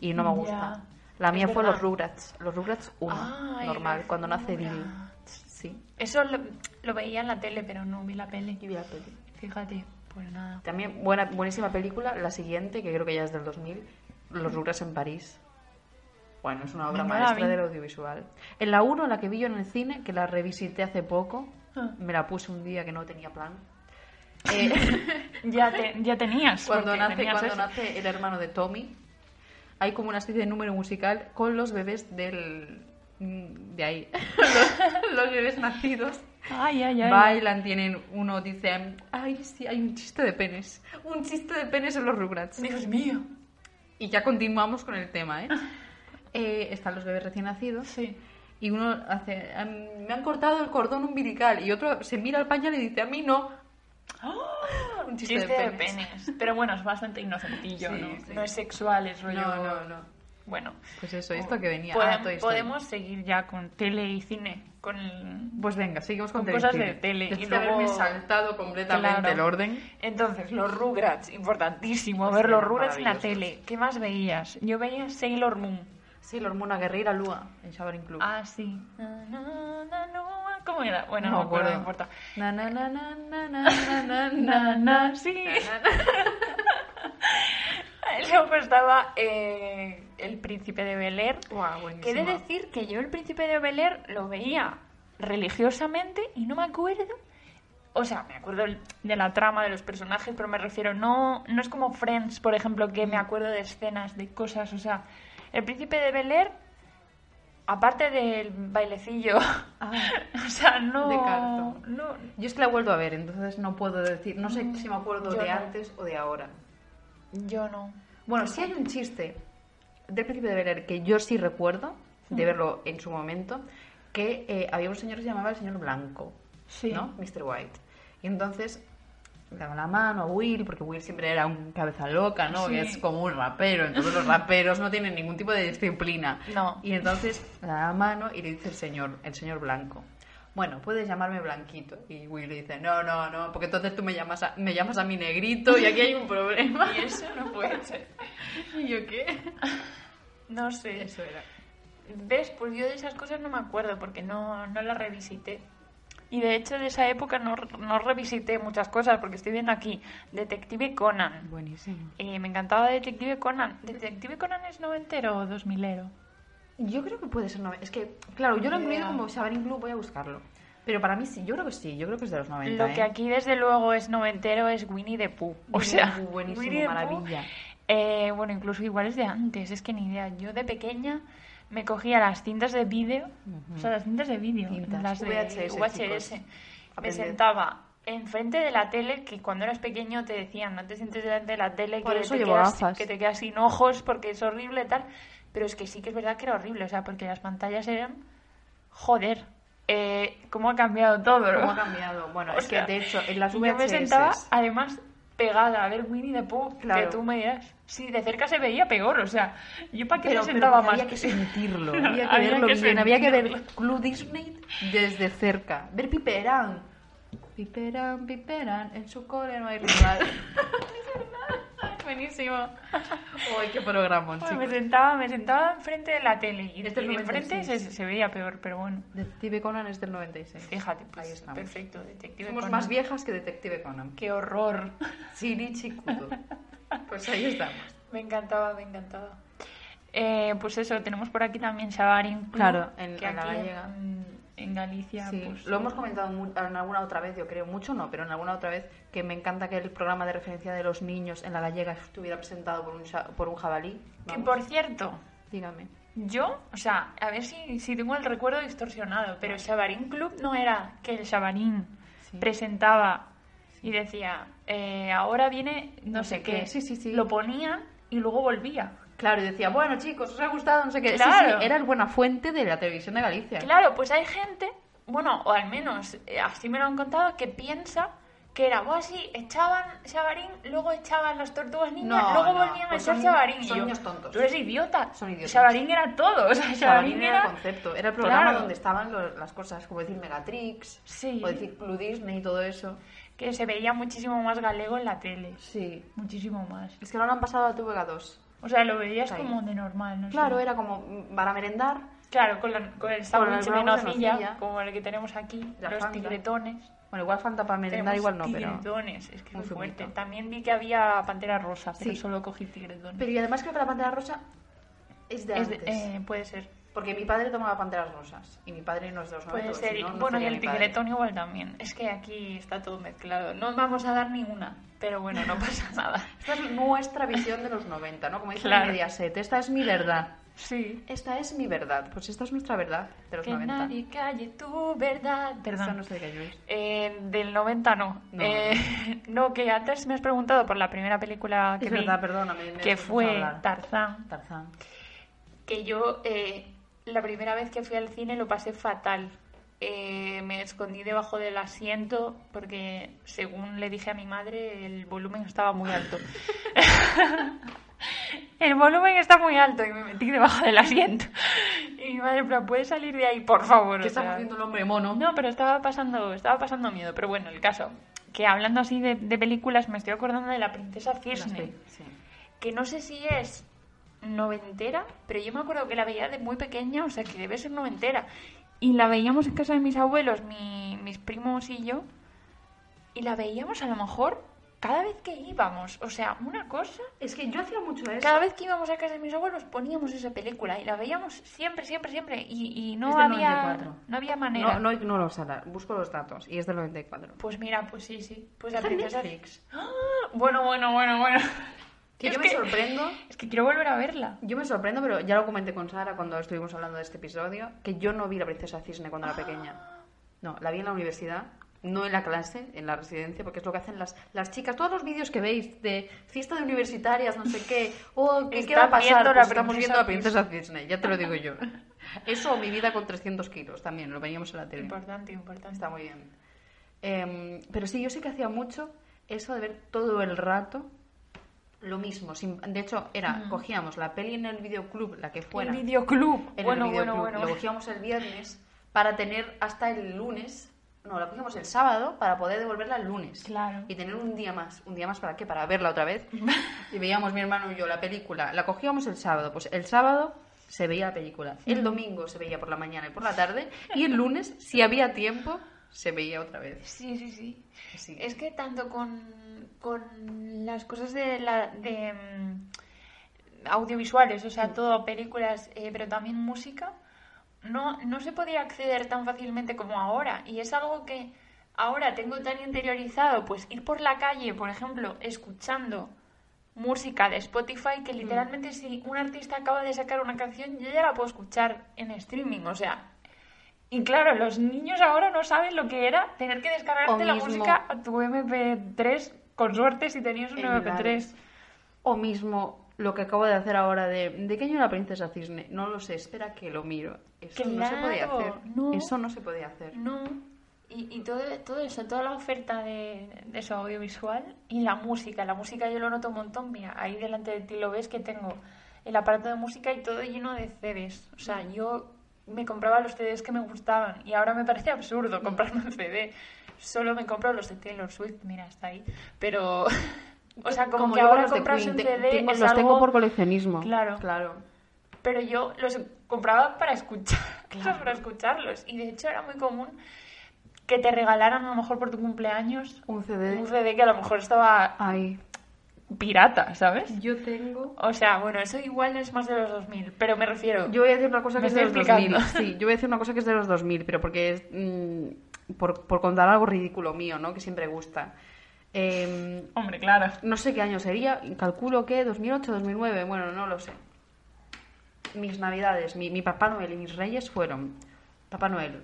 S1: y no me gusta.
S2: Ya.
S1: La
S2: Es
S1: mía fue
S2: verdad.
S1: los Rugrats, los Rugrats 1,
S2: Ay,
S1: normal,
S2: los
S1: cuando nace Dil.
S2: Rugrats.
S1: Sí,
S2: Eso lo, lo veía en la tele, pero no vi la peli.
S1: y vi la peli.
S2: Fíjate, pues nada.
S1: También buena, buenísima película, la siguiente, que creo que ya es del 2000, Los Rugrats en París. Bueno, es una obra
S2: No la
S1: maestra
S2: vi.
S1: del audiovisual. En la 1, la que vi yo en el cine, que la revisité hace poco,
S2: Ah.
S1: me la puse un día que no tenía plan. Eh,
S2: Ya, te- ya tenías.
S1: Cuando
S2: porque
S1: nace,
S2: tenías
S1: cuando
S2: eso.
S1: nace el hermano de Tommy, hay como una especie de número musical con los bebés del... mm, de ahí. los, los bebés nacidos.
S2: Ay, ay, ay.
S1: Bailan, tienen uno, dice, ay, sí, hay un chiste de penes. Un chiste de penes en los Rugrats.
S2: Dios mío.
S1: Y ya continuamos con el tema, ¿eh? Eh, están los bebés recién nacidos
S2: Sí.
S1: y uno hace, "Am, me han cortado el cordón umbilical y otro se mira al pañal y dice, a mí no. ¡Ah! Un chiste de
S2: Chiste de
S1: penes.
S2: penes. Pero bueno, es bastante inocentillo,
S1: Sí,
S2: ¿no?
S1: sí.
S2: No es sexual, es rollo.
S1: No, no, no.
S2: Bueno.
S1: Pues eso, esto que venía.
S2: Podem-
S1: Ah, Toy Story.
S2: podemos seguir ya con tele y cine. Con el-
S1: Pues venga, seguimos con,
S2: Con cosas
S1: Telestime.
S2: de tele, y
S1: Después de
S2: luego-
S1: haberme saltado completamente
S2: Claro.
S1: el orden.
S2: Entonces, los Rugrats, importantísimo
S1: Pues
S2: ver
S1: sí,
S2: los Rugrats en la
S1: maravillosos.
S2: tele. ¿Qué más veías? Yo veía Sailor Moon.
S1: Sí, la hormona guerrera Lua en Showering Club.
S2: Ah, sí. Na, na, na, na, ¿Cómo era? Bueno, no,
S1: me
S2: me acuerdo, no importa.
S1: Na, na, na, na, na, na, na,
S2: Na,
S1: na,
S2: na, sí. Luego estaba eh, El Príncipe de Bel Air.
S1: Guau,
S2: Que he de
S1: buenísima.
S2: decir que yo El Príncipe de Bel Air lo veía religiosamente y no me acuerdo. O sea, me acuerdo el- de la trama de los personajes, pero me refiero, no, no es como Friends, por ejemplo, que me acuerdo de escenas, de cosas. O sea, El Príncipe de Bel Air aparte del bailecillo, o sea, no...
S1: De cartón.
S2: No,
S1: Yo es que la vuelvo a ver, entonces no puedo decir, no sé si me acuerdo
S2: Mm, Yo
S1: de
S2: no.
S1: antes o de ahora.
S2: yo no.
S1: Bueno, sí hay un chiste del principio de Bel que yo sí recuerdo
S2: Mm.
S1: de verlo en su momento, que eh, había un señor que se llamaba el señor Blanco,
S2: Sí.
S1: ¿no? Mr. White. Y entonces le daba la mano a Will, porque Will siempre era un cabeza loca, ¿no? Que
S2: Sí.
S1: es como un rapero, entonces los raperos no tienen ningún tipo de disciplina.
S2: No.
S1: Y entonces le da la mano y le dice el señor, el señor Blanco. Bueno, puedes llamarme Blanquito. Y Will le dice, no, no, no, porque entonces tú me llamas a, me llamas a mi negrito y aquí hay un problema.
S2: Y eso no puede ser.
S1: ¿Y yo qué?
S2: No sé.
S1: Eso era.
S2: ¿Ves? Pues yo de esas cosas no me acuerdo porque no, no las revisité. Y de hecho de esa época no, no revisité muchas cosas porque estoy viendo aquí Detective Conan.
S1: Buenísimo.
S2: Eh, me encantaba Detective Conan. ¿Detective Conan es noventero o dos milero?
S1: Yo creo que puede ser nove- Es que, claro, yo lo he incluido como Sabarin Blue, voy a buscarlo. Pero para mí sí, yo creo que sí, yo creo que es de los 90.
S2: Lo que
S1: ¿eh?
S2: aquí desde luego es noventero es Winnie the Pooh. O
S1: Winnie
S2: sea,
S1: the Pooh, buenísimo,
S2: Winnie the Pooh.
S1: maravilla.
S2: Eh, bueno, incluso igual es de antes, es que ni idea. Yo de pequeña me cogía las cintas de vídeo, o sea, las cintas de vídeo,
S1: Cintas.
S2: las de
S1: VHS,
S2: VHS.
S1: chicos.
S2: Me
S1: Aprended.
S2: sentaba enfrente de la tele, que cuando eras pequeño te decían, no te sientes delante de la tele,
S1: Por
S2: que,
S1: eso
S2: te
S1: llevo
S2: quedas,
S1: gafas.
S2: que te quedas sin ojos porque es horrible tal. Pero es que sí que es verdad que era horrible, o sea, porque las pantallas eran... Joder, eh, ¿cómo ha cambiado todo? no?
S1: ¿Cómo ha cambiado? Bueno,
S2: O
S1: es que
S2: sea,
S1: de hecho, en las
S2: yo
S1: VHS.
S2: me sentaba, además, pegada a ver Winnie the Pooh,
S1: Claro.
S2: que tú me dirás. Sí, de cerca se veía peor, o sea, yo para qué
S1: Pero,
S2: me
S1: pero
S2: sentaba más.
S1: había que sentirlo, había que
S2: Había
S1: verlo
S2: que
S1: bien, había que ver
S2: sentirlo.
S1: Club Disney desde cerca. Ver Piperán. Piperán, Piperán, en su core no hay rival.
S2: Buenísimo.
S1: ¡Ay, qué programa,
S2: Ay, me
S1: chicos!
S2: sentaba, me sentaba enfrente de la tele y,
S1: Este es
S2: y de enfrente
S1: 96.
S2: se, se veía peor, pero bueno.
S1: Detective Conan es del 96.
S2: Fíjate, pues,
S1: Ahí estamos.
S2: perfecto, detective.
S1: Somos
S2: Conan.
S1: más viejas que Detective Conan.
S2: Qué horror.
S1: Siri Chicudo. Pues ahí estamos.
S2: Me encantaba, me encantaba. Eh, pues eso, tenemos por aquí también Shabarin. Club,
S1: Claro, en-
S2: que
S1: en la
S2: aquí,
S1: gallega.
S2: mm, En Galicia,
S1: Sí,
S2: pues,
S1: lo hemos comentado mu- en alguna otra vez, yo creo, mucho no, pero en alguna otra vez que me encanta que el programa de referencia de los niños en la gallega estuviera presentado por un, cha- por un jabalí.
S2: Que
S1: Vamos,
S2: por cierto,
S1: Dígame.
S2: Yo, o sea, a ver si, si tengo el recuerdo distorsionado, pero el Shabarín Club no era que el Shabarín
S1: Sí.
S2: presentaba y decía, eh, ahora viene no, sé qué.
S1: Sí, sí, sí.
S2: Lo ponían y luego volvía.
S1: Claro, y decía, bueno chicos, os ha gustado, no sé qué. Sí,
S2: Claro.
S1: sí, era el buena fuente de la televisión de Galicia.
S2: Claro, pues hay gente, bueno, o al menos eh, así me lo han contado, que piensa que era, bueno, sí, echaban Shabarín, luego echaban las tortugas niñas,
S1: No,
S2: luego
S1: no,
S2: volvían
S1: pues
S2: a echar
S1: son-
S2: Shabarín. Y
S1: son
S2: yo,
S1: niños tontos.
S2: Tú eres idiota.
S1: Son idiotas.
S2: Shabarín era todo, o sea, Shabarín,
S1: Chavalín era
S2: era...
S1: el concepto, era el programa
S2: Claro.
S1: donde estaban lo- las cosas, como decir Megatrix,
S2: Sí.
S1: o decir Club Disney y todo eso.
S2: que se veía muchísimo más galego en la tele.
S1: Sí.
S2: Muchísimo más.
S1: Es que ahora han pasado a TVG2.
S2: O sea, lo veías
S1: Ahí.
S2: como de normal, ¿no? sé.
S1: Claro, era como mm, para merendar,
S2: Claro, con, la- con
S1: Con
S2: el
S1: los
S2: sándwich de
S1: huevos de
S2: nocilla,
S1: nocilla.
S2: como el que tenemos aquí,
S1: La
S2: los
S1: fanta.
S2: tigretones.
S1: Bueno, igual Fanta para merendar,
S2: Tenemos
S1: igual no, pero...
S2: tigretones, es que es
S1: Un
S2: muy
S1: zumito.
S2: fuerte. También vi que había pantera rosa, pero
S1: Sí.
S2: solo cogí tigretones.
S1: Pero y además creo que la pantera rosa es de
S2: Es de-
S1: antes.
S2: eh, puede ser,
S1: Porque mi padre tomaba panteras rosas. Y mi padre no es de los
S2: puede
S1: 90,
S2: ser.
S1: si no, no
S2: bueno, y
S1: sería
S2: el
S1: mi padre.
S2: tigretón igual también. Es que aquí está todo mezclado. No vamos a dar ninguna, pero bueno, no pasa nada.
S1: Esta es nuestra visión de los 90, ¿no? Como dice
S2: Claro.
S1: Mediaset, esta es mi verdad.
S2: Sí.
S1: Esta es mi verdad. Pues esta es nuestra verdad de los
S2: Que
S1: 90.
S2: nadie calle tu verdad.
S1: Esta
S2: Perdón.
S1: no sé de qué año es.
S2: Eh, del 90 no.
S1: No.
S2: Eh, no, que antes me has preguntado por la primera película que
S1: Es
S2: vi,
S1: verdad, perdóname. me
S2: que
S1: escuchas
S2: fue
S1: hablar.
S2: Tarzán,
S1: Tarzán.
S2: que yo eh, la primera vez que fui al cine lo pasé fatal. Eh, me escondí debajo del asiento porque, según le dije a mi madre, el volumen estaba muy alto. el volumen está muy alto y me metí debajo del asiento. Y mi madre, pero puedes salir de ahí, por favor.
S1: ¿Qué
S2: o sea.
S1: estamos haciendo el hombre mono?
S2: No, pero estaba pasando, estaba pasando miedo. Pero bueno, el caso, que hablando así de, de películas, me estoy acordando de la princesa Cisne,
S1: Sí.
S2: que no sé si es noventera, pero yo me acuerdo que la veía de muy pequeña, o sea que debe ser noventera. Y la veíamos en casa de mis abuelos, mi- mis primos y yo, y la veíamos a lo mejor cada vez que íbamos. O sea, una cosa
S1: Es que yo hacía mucho eso.
S2: cada vez que íbamos a casa de mis abuelos poníamos esa película y la veíamos siempre, siempre, siempre. Y, y
S1: Es
S2: no,
S1: del
S2: había,
S1: 94.
S2: no había manera.
S1: No, no, no lo sé, busco los datos. Y es del 94.
S2: Pues mira, pues sí, sí. Pues la
S1: Está en
S2: princesa.
S1: Netflix.
S2: ¡Ah! Bueno, bueno, bueno, bueno.
S1: Que
S2: Es
S1: yo me
S2: que-
S1: sorprendo.
S2: Es que quiero volver a verla.
S1: Yo me sorprendo, pero ya lo comenté con Sara cuando estuvimos hablando de este episodio, que yo no vi la princesa cisne cuando era pequeña. No, la vi en la universidad, no en la clase, en la residencia, porque es lo que hacen las, las chicas. Todos los vídeos que veis de fiesta de universitarias, no sé qué, o ¿qué, qué va a
S2: Están
S1: pasar?
S2: viendo
S1: Pues
S2: la
S1: estamos
S2: princesa
S1: viendo la
S2: cisne.
S1: princesa cisne, ya te lo digo yo. Eso o mi vida con 300 kilos también, lo veíamos en la tele.
S2: Importante, importante.
S1: Está muy bien. Em, pero sí, yo sé que hacía mucho eso de ver todo el rato lo mismo. sin- de hecho, era, cogíamos la peli en el videoclub, la que fuera.
S2: El videoclub.
S1: en el
S2: bueno, bueno,
S1: videoclub,
S2: bueno,
S1: Lo cogíamos el viernes para tener hasta el lunes. No, la cogíamos el sábado para poder devolverla el lunes.
S2: Claro.
S1: Y tener un día más. ¿Un día más para qué? Para verla otra vez. y veíamos mi hermano y yo la película. La cogíamos el sábado. Pues el sábado se veía la película. El domingo se veía por la mañana y por la tarde. Y el lunes, si había tiempo, se veía otra vez.
S2: Sí, sí, sí.
S1: Sí.
S2: Es que tanto con, con las cosas de, la, de mm, audiovisuales, o sea,
S1: Mm.
S2: todo películas, eh, pero también música, no, no se podía acceder tan fácilmente como ahora. Y es algo que ahora tengo tan interiorizado, pues ir por la calle, por ejemplo, escuchando música de Spotify,
S1: Mm.
S2: que literalmente si un artista acaba de sacar una canción, yo ya la puedo escuchar en streaming, o sea... Y claro, los niños ahora no saben lo que era tener que descargarte
S1: O
S2: la
S1: mismo-
S2: música a tu MP3, con suerte si tenías un
S1: El
S2: MP3.
S1: O mismo lo que acabo de hacer ahora de ¿de qué año la princesa cisne? No lo sé, espera que lo miro. Eso no se podía
S2: Claro,
S1: hacer.
S2: no.
S1: Eso no se podía hacer.
S2: No. Y, y todo, todo eso, toda la oferta de, de eso audiovisual y la música. La música yo lo noto un montón. Mira, ahí delante de ti lo ves que tengo el aparato de música y todo lleno de CDs. O sea, yo me compraba los CDs que me gustaban y ahora me parece absurdo
S1: Mm.
S2: comprarme un CD. Solo me compro los de Taylor Swift, mira, está ahí. Pero, o sea, como, que
S1: yo con
S2: ahora
S1: los de
S2: compras
S1: Queen,
S2: un
S1: te-
S2: CD
S1: tengo-
S2: es
S1: los tengo
S2: algo-
S1: por coleccionismo.
S2: Claro.
S1: Claro.
S2: pero yo los compraba para escuchar, para escucharlos. Y de hecho era muy común que te regalaran a lo mejor por tu cumpleaños
S1: Un CD.
S2: un CD que a lo mejor estaba
S1: Ay,
S2: pirata, ¿sabes?
S1: yo tengo
S2: O sea, bueno, eso igual no es más de los 2000, pero me refiero.
S1: Yo voy a decir una cosa que
S2: Me
S1: es de los
S2: estoy
S1: 2000.
S2: explicando.
S1: Sí, yo voy a decir una cosa que es de los 2000, pero porque es mm, por, por contar algo ridículo mío, ¿no? Que siempre gusta. Em,
S2: Hombre, claro.
S1: no sé qué año sería, calculo que 2008, 2009, bueno, no lo sé. Mis navidades, mi, mi Papá Noel y mis reyes fueron Papá Noel,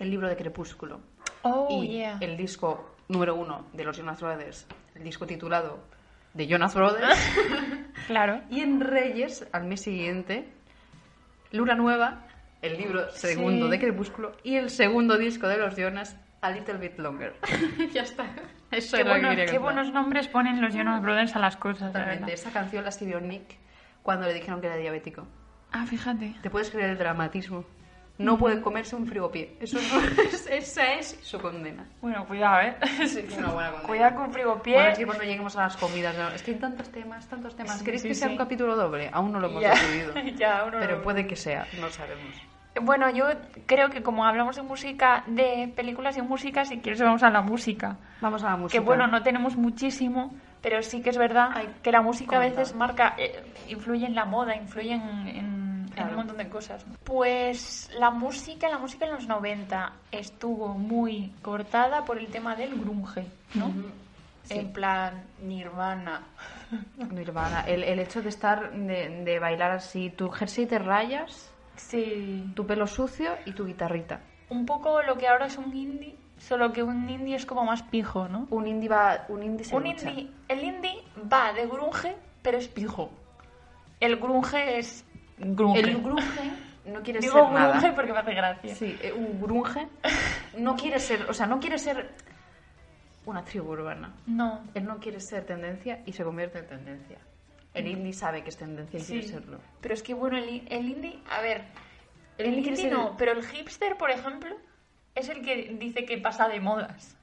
S1: el libro de Crepúsculo
S2: Oh,
S1: y
S2: yeah.
S1: el disco número uno de los Jonas Brothers, el disco titulado de Jonas Brothers.
S2: Claro.
S1: Y en Reyes, al mes siguiente, Luna Nueva, el libro segundo
S2: Sí.
S1: de Crepúsculo, y el segundo disco de los Jonas, A Little Bit Longer. ya está. Eso
S2: Qué,
S1: era lo que
S2: buenos-
S1: quería
S2: qué
S1: contar.
S2: buenos nombres ponen los Jonas Brothers a las cosas, la
S1: Totalmente.
S2: verdad.
S1: Esa canción la escribió Nick cuando le dijeron que era diabético.
S2: Ah, fíjate.
S1: Te puedes creer el dramatismo. No puede comerse un frigopié. Eso no- es- esa es su condena.
S2: Bueno, cuidado, ¿eh? Sí.
S1: Es una buena condena.
S2: Cuidado con frigopié.
S1: Bueno, chicos, no lleguemos a las comidas. ¿no? Es que hay tantos temas, tantos temas.
S2: Sí,
S1: ¿Queréis
S2: sí,
S1: que sea
S2: sí.
S1: un capítulo doble? Aún no lo hemos
S2: Ya.
S1: decidido.
S2: Ya, aún no lo
S1: Pero
S2: hemos-
S1: puede que sea, no sabemos.
S2: Bueno, yo creo que como hablamos de música, de películas y música, si quieres vamos a la música.
S1: Vamos a la música.
S2: Que bueno, no tenemos muchísimo, pero sí que es verdad
S1: Ay,
S2: que la música a
S1: comenta.
S2: veces marca, eh, influye en la moda, influye en, en- en
S1: Claro.
S2: un montón de cosas. Pues la música, la música en los 90 estuvo muy cortada por el tema del grunge, ¿no? En plan Nirvana.
S1: Nirvana, el, el hecho de estar, de, de bailar así, tu jersey te rayas,
S2: Sí.
S1: tu pelo sucio y tu guitarrita.
S2: Un poco lo que ahora es un indie, solo que un indie es como más pijo, ¿no?
S1: Un indie va, un indie se
S2: Un
S1: lucha.
S2: indie, el indie va de grunge, pero es pijo. El grunge es grunge.
S1: El grunge no quiere
S2: Digo
S1: ser
S2: grunge
S1: nada.
S2: porque me hace gracia.
S1: Sí, eh, un grunge no quiere ser, o sea, no quiere ser una tribu urbana.
S2: No.
S1: Él no quiere ser tendencia y se convierte en tendencia. El indie sabe que es tendencia y quiere
S2: Mm. sí.
S1: serlo.
S2: Pero es que bueno, el, i- el indie, a ver,
S1: El
S2: el,
S1: indie
S2: indie,
S1: quiere ser-
S2: no, pero el hipster, por ejemplo, es el que dice que pasa de modas.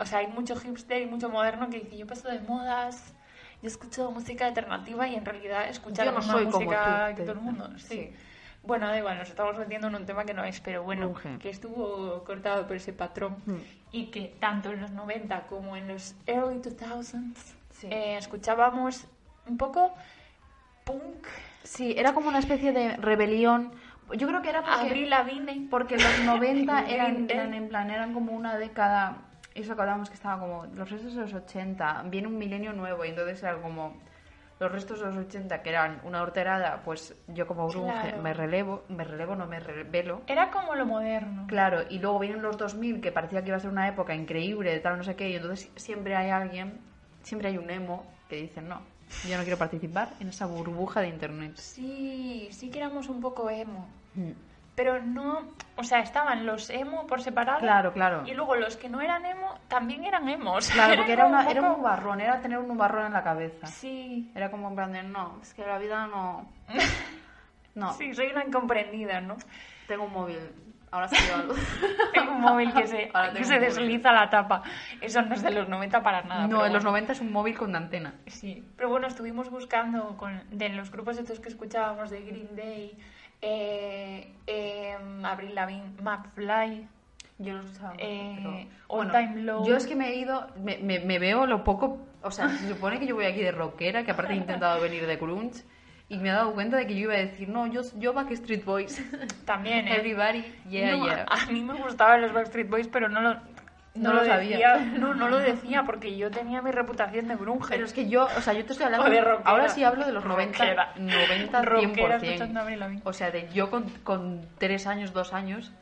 S2: O sea, hay mucho hipster y mucho moderno que dice, yo paso de modas, yo escucho música alternativa y en realidad escuchar
S1: Yo no
S2: la misma
S1: soy como
S2: música
S1: tú, te
S2: que todo el
S1: dicen.
S2: mundo. Sí.
S1: Sí.
S2: Bueno, da igual, nos estamos metiendo en un tema que no es, pero bueno,
S1: Ujú.
S2: que estuvo cortado por ese patrón
S1: Mm.
S2: y que tanto en los 90 como en los early 2000s
S1: Sí.
S2: eh, escuchábamos un poco punk,
S1: Sí, era como una especie de rebelión. Yo creo que era porque...
S2: Abril Lavigne,
S1: Porque los 90 eran,
S2: Grande.
S1: eran en plan, eran como una década eso que hablábamos que estaba como los restos de los 80, viene un milenio nuevo y entonces era como los restos de los 80 que eran una horterada, pues yo como grunge
S2: Claro.
S1: me relevo, me relevo, no me revelo.
S2: Era como lo moderno.
S1: Claro, y luego vienen los 2000 que parecía que iba a ser una época increíble, tal, no sé qué, y entonces siempre hay alguien, siempre hay un emo que dice, no, yo no quiero participar en esa burbuja de internet.
S2: Sí, sí que éramos un poco emo.
S1: Mm.
S2: Pero no, o sea, estaban los emo por separado.
S1: Claro, claro.
S2: Y luego los que no eran emo también eran emos.
S1: Claro, porque era,
S2: como
S1: una, era
S2: poco-
S1: un barrón, era tener un barrón en la cabeza.
S2: Sí.
S1: Era como en plan de, no, es que la vida no... No,
S2: Sí, soy una incomprendida, ¿no?
S1: tengo un móvil, ahora sí algo.
S2: Tengo un móvil que se,
S1: Ahora
S2: que
S1: tengo
S2: se
S1: un móvil.
S2: desliza la tapa. Eso no es de los 90 para nada.
S1: No,
S2: pero
S1: en los
S2: bueno.
S1: 90 es un móvil con antena.
S2: Sí, pero bueno, estuvimos buscando con, de los grupos estos que escuchábamos de Green Day, eh, eh, Avril Lavigne, McFly.
S1: Yo no escuchaba mucho,
S2: Eh,
S1: pero-
S2: All
S1: bueno,
S2: Time Low.
S1: Yo es que me he ido, me, me- me veo lo poco. O sea, se supone que yo voy aquí de rockera, que aparte he intentado venir de crunch, y me he dado cuenta de que yo iba a decir, no, yo, yo Backstreet Boys.
S2: También, ¿eh?
S1: Everybody, yeah,
S2: No, ah,
S1: yeah.
S2: A mí me gustaban los Backstreet Boys, pero no lo, no
S1: No lo sabía.
S2: decía. No, no lo decía porque yo tenía mi reputación de grunge.
S1: Pero es que yo, o sea, yo te estoy hablando.
S2: O de rockera.
S1: Ahora sí hablo de los 90,
S2: Rockera.
S1: 90
S2: Rockera
S1: 100%.
S2: escuchando a Avril Lavigne.
S1: O sea, de yo con, con 3 años, 2 años,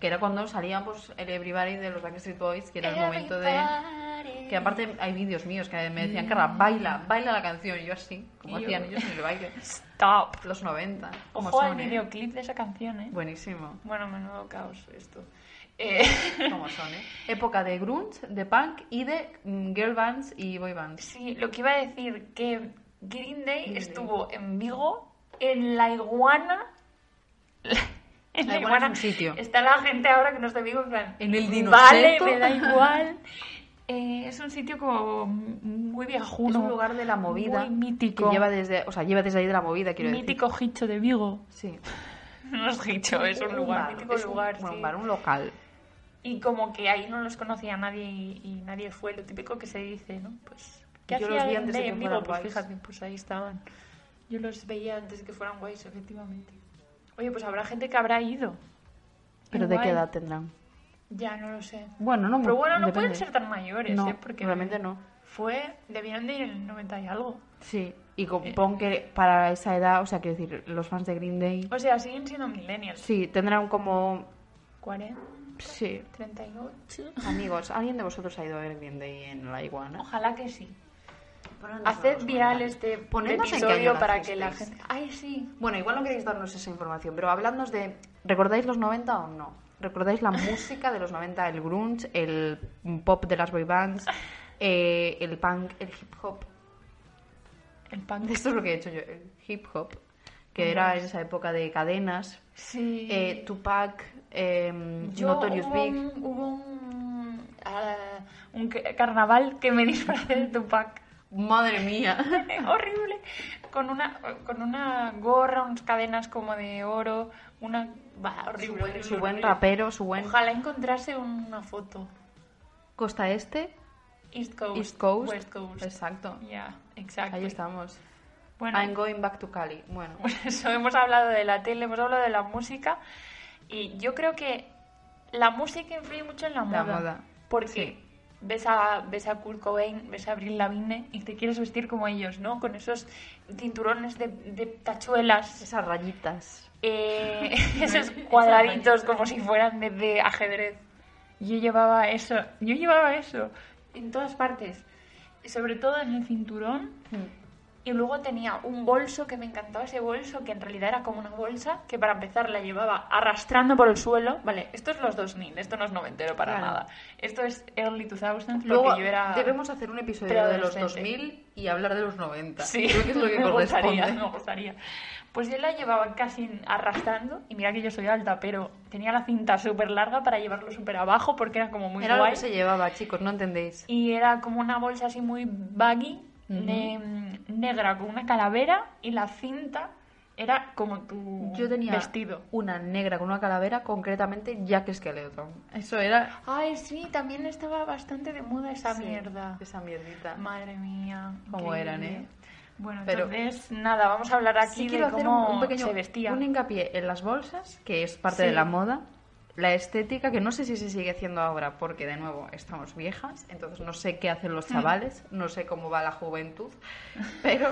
S1: que era cuando salíamos el Everybody de los Backstreet Boys, que era el momento de.
S2: Everybody.
S1: Que aparte hay vídeos míos que me decían, Carla, baila, baila la canción. Y yo así, como
S2: Y yo-
S1: hacían ellos en el baile.
S2: Stop.
S1: Los 90. como
S2: Ojo al
S1: son, eh?
S2: videoclip de esa canción, ¿eh?
S1: Buenísimo.
S2: Bueno, menudo caos esto. Eh,
S1: Como son, ¿eh? Época de grunge, de punk y de mm, girl bands y boy bands.
S2: Sí, lo que iba a decir, que Green Day estuvo en Vigo, en La Iguana. en
S1: La Iguana es un sitio.
S2: Está la gente ahora que no es de Vigo, en plan.
S1: En el
S2: Vale,
S1: Dinoseco".
S2: me da igual. Eh, es un sitio como muy viejuno.
S1: Es un lugar de la movida.
S2: Muy mítico.
S1: Que lleva desde, o sea, lleva desde ahí de la movida, quiero
S2: mítico Hicho de Vigo.
S1: decir. Sí.
S2: No es Hicho, es un lugar,
S1: bar,
S2: mítico
S1: es un-
S2: lugar.
S1: bueno,
S2: sí.
S1: un bar, un local.
S2: Y como que ahí no los conocía nadie y, y nadie fue, lo típico que se dice, ¿no? Pues, ¿qué
S1: Yo
S2: hacía
S1: los vi
S2: Green
S1: antes de
S2: Day
S1: que
S2: en
S1: fueran
S2: Vigo? Pues
S1: guays.
S2: fíjate, pues ahí estaban. Yo los veía antes de que fueran guays, efectivamente. Oye, pues habrá gente que habrá ido.
S1: Pero de
S2: Igual.
S1: qué edad tendrán.
S2: Ya, no lo sé.
S1: Bueno, no
S2: Pero bueno, no
S1: depende.
S2: pueden ser tan mayores,
S1: No,
S2: ¿eh? Porque
S1: realmente no.
S2: Fue, debieron de ir en el 90 y algo.
S1: Sí,
S2: eh.
S1: y compón que para esa edad, o sea, quiero decir, los fans de Green Day,
S2: O sea, siguen siendo millennials.
S1: sí, tendrán como,
S2: 40,
S1: sí,
S2: 38.
S1: amigos, ¿alguien de vosotros ha ido a ver Green Day en la iguana?
S2: Ojalá que sí. Haced viral este
S1: Ponednos en qué
S2: episodio
S1: año
S2: para que
S1: nacisteis.
S2: la gente... Ay, sí.
S1: Bueno, igual no queréis darnos esa información, pero habladnos de, ¿recordáis los 90 o no? ¿Recordáis la música de los 90, el grunge, el pop de las boy bands, eh, el punk, el hip hop?
S2: El pan de...
S1: Esto es lo que he hecho yo, el hip hop, que era en esa época de cadenas,
S2: Sí.
S1: eh, Tupac, eh,
S2: Yo
S1: Notorious
S2: hubo
S1: Big.
S2: Un, hubo un, ah, un ca- carnaval que me disfrazé de Tupac.
S1: Madre mía.
S2: Eh, horrible. Con una, con una gorra, unas cadenas como de oro, una... Bah, horrible, horrible,
S1: Su buen
S2: horrible.
S1: rapero, su buen
S2: Ojalá encontrase una foto.
S1: Costa Este,
S2: East Coast.
S1: East Coast.
S2: West Coast.
S1: Exacto.
S2: Yeah, exactly.
S1: Ahí estamos.
S2: Bueno,
S1: I'm going back to Cali. Bueno,
S2: Por eso hemos hablado de la tele, hemos hablado de la música y yo creo que la música influye mucho en la moda.
S1: La moda,
S2: Porque
S1: sí.
S2: ves, a, ves a Kurt Cobain, ves a Avril Lavigne y te quieres vestir como ellos, ¿no? Con esos cinturones de, de tachuelas,
S1: esas rayitas.
S2: eh, esos cuadraditos como si fueran de, de ajedrez. Yo llevaba eso, yo llevaba eso en todas partes, sobre todo en el cinturón
S1: Mm.
S2: y luego tenía un bolso que me encantaba ese bolso, que en realidad era como una bolsa, que para empezar la llevaba arrastrando por el suelo. Vale, esto es los 2000, esto no es noventero para
S1: Claro.
S2: nada. Esto es early 2000s porque
S1: Luego
S2: yo era...
S1: debemos hacer un episodio
S2: pero
S1: de los
S2: adolescente.
S1: 2000 y hablar de los 90.
S2: Sí,
S1: Creo que es lo que
S2: me gustaría,
S1: corresponde.
S2: me gustaría. Pues yo la llevaba casi arrastrando, y mira que yo soy alta, pero tenía la cinta súper larga para llevarlo súper abajo porque era como muy
S1: Era lo
S2: guay.
S1: que se llevaba, chicos, no entendéis.
S2: y era como una bolsa así muy baggy, de, mm, negra, con una calavera y la cinta era como tu
S1: Yo tenía
S2: vestido.
S1: una negra con una calavera, concretamente Jack Skeleton. Eso era
S2: Ay, sí, también estaba bastante de moda esa
S1: Sí,
S2: mierda.
S1: Esa mierdita.
S2: Madre mía.
S1: Cómo
S2: increíble.
S1: eran, ¿eh?
S2: Bueno,
S1: Pero-
S2: entonces, nada, vamos a hablar aquí
S1: Sí
S2: de
S1: quiero hacer un,
S2: cómo
S1: un pequeño
S2: se vestía.
S1: un hincapié en las bolsas, que es parte
S2: Sí.
S1: de la moda. la estética, que no sé si se sigue haciendo ahora, porque de nuevo estamos viejas, entonces no sé qué hacen los
S2: Mm.
S1: chavales, no sé cómo va la juventud, pero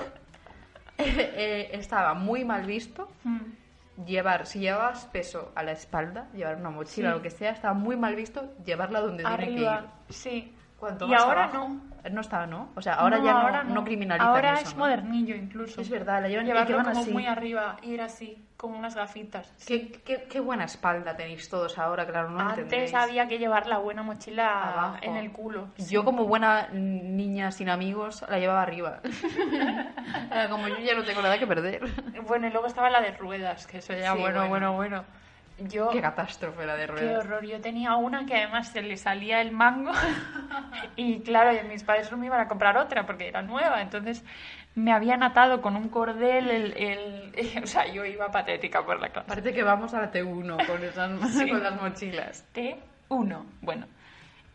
S1: eh, estaba muy mal visto
S2: Mm.
S1: llevar, si llevabas peso a la espalda, llevar una mochila
S2: Sí.
S1: o lo que sea, estaba muy mal visto llevarla donde tiene que ir.
S2: Arriba, sí.
S1: Cuanto
S2: Y
S1: más
S2: ahora
S1: abajo-
S2: no.
S1: No estaba, ¿no? O sea, ahora
S2: No,
S1: ya no,
S2: ahora
S1: no. criminalizan
S2: Ahora
S1: eso,
S2: es
S1: ¿no?
S2: modernillo incluso.
S1: Es verdad, la llevan- y que
S2: Llevarlo
S1: van
S2: como
S1: así.
S2: muy arriba, ir así, con unas gafitas.
S1: Qué, qué- qué buena espalda tenéis todos ahora, claro, no
S2: Antes
S1: entendéis.
S2: había que llevar la buena mochila
S1: Abajo.
S2: en el culo.
S1: Yo como buena niña sin amigos la llevaba arriba. Era como yo ya no tengo nada que perder.
S2: Bueno, y luego estaba la de ruedas, que eso ya,
S1: Sí,
S2: bueno,
S1: bueno.
S2: bueno, bueno, Yo,
S1: Qué catástrofe la de
S2: Oh. Qué
S1: ruedas.
S2: horror, yo tenía una que además se le salía el mango y claro, y mis padres no me iban a comprar otra porque era nueva, entonces me habían atado con un cordel el... el- o sea, yo iba patética por la clase.
S1: Parece que vamos a la T1 con, esas,
S2: Sí.
S1: con las mochilas.
S2: T1, bueno.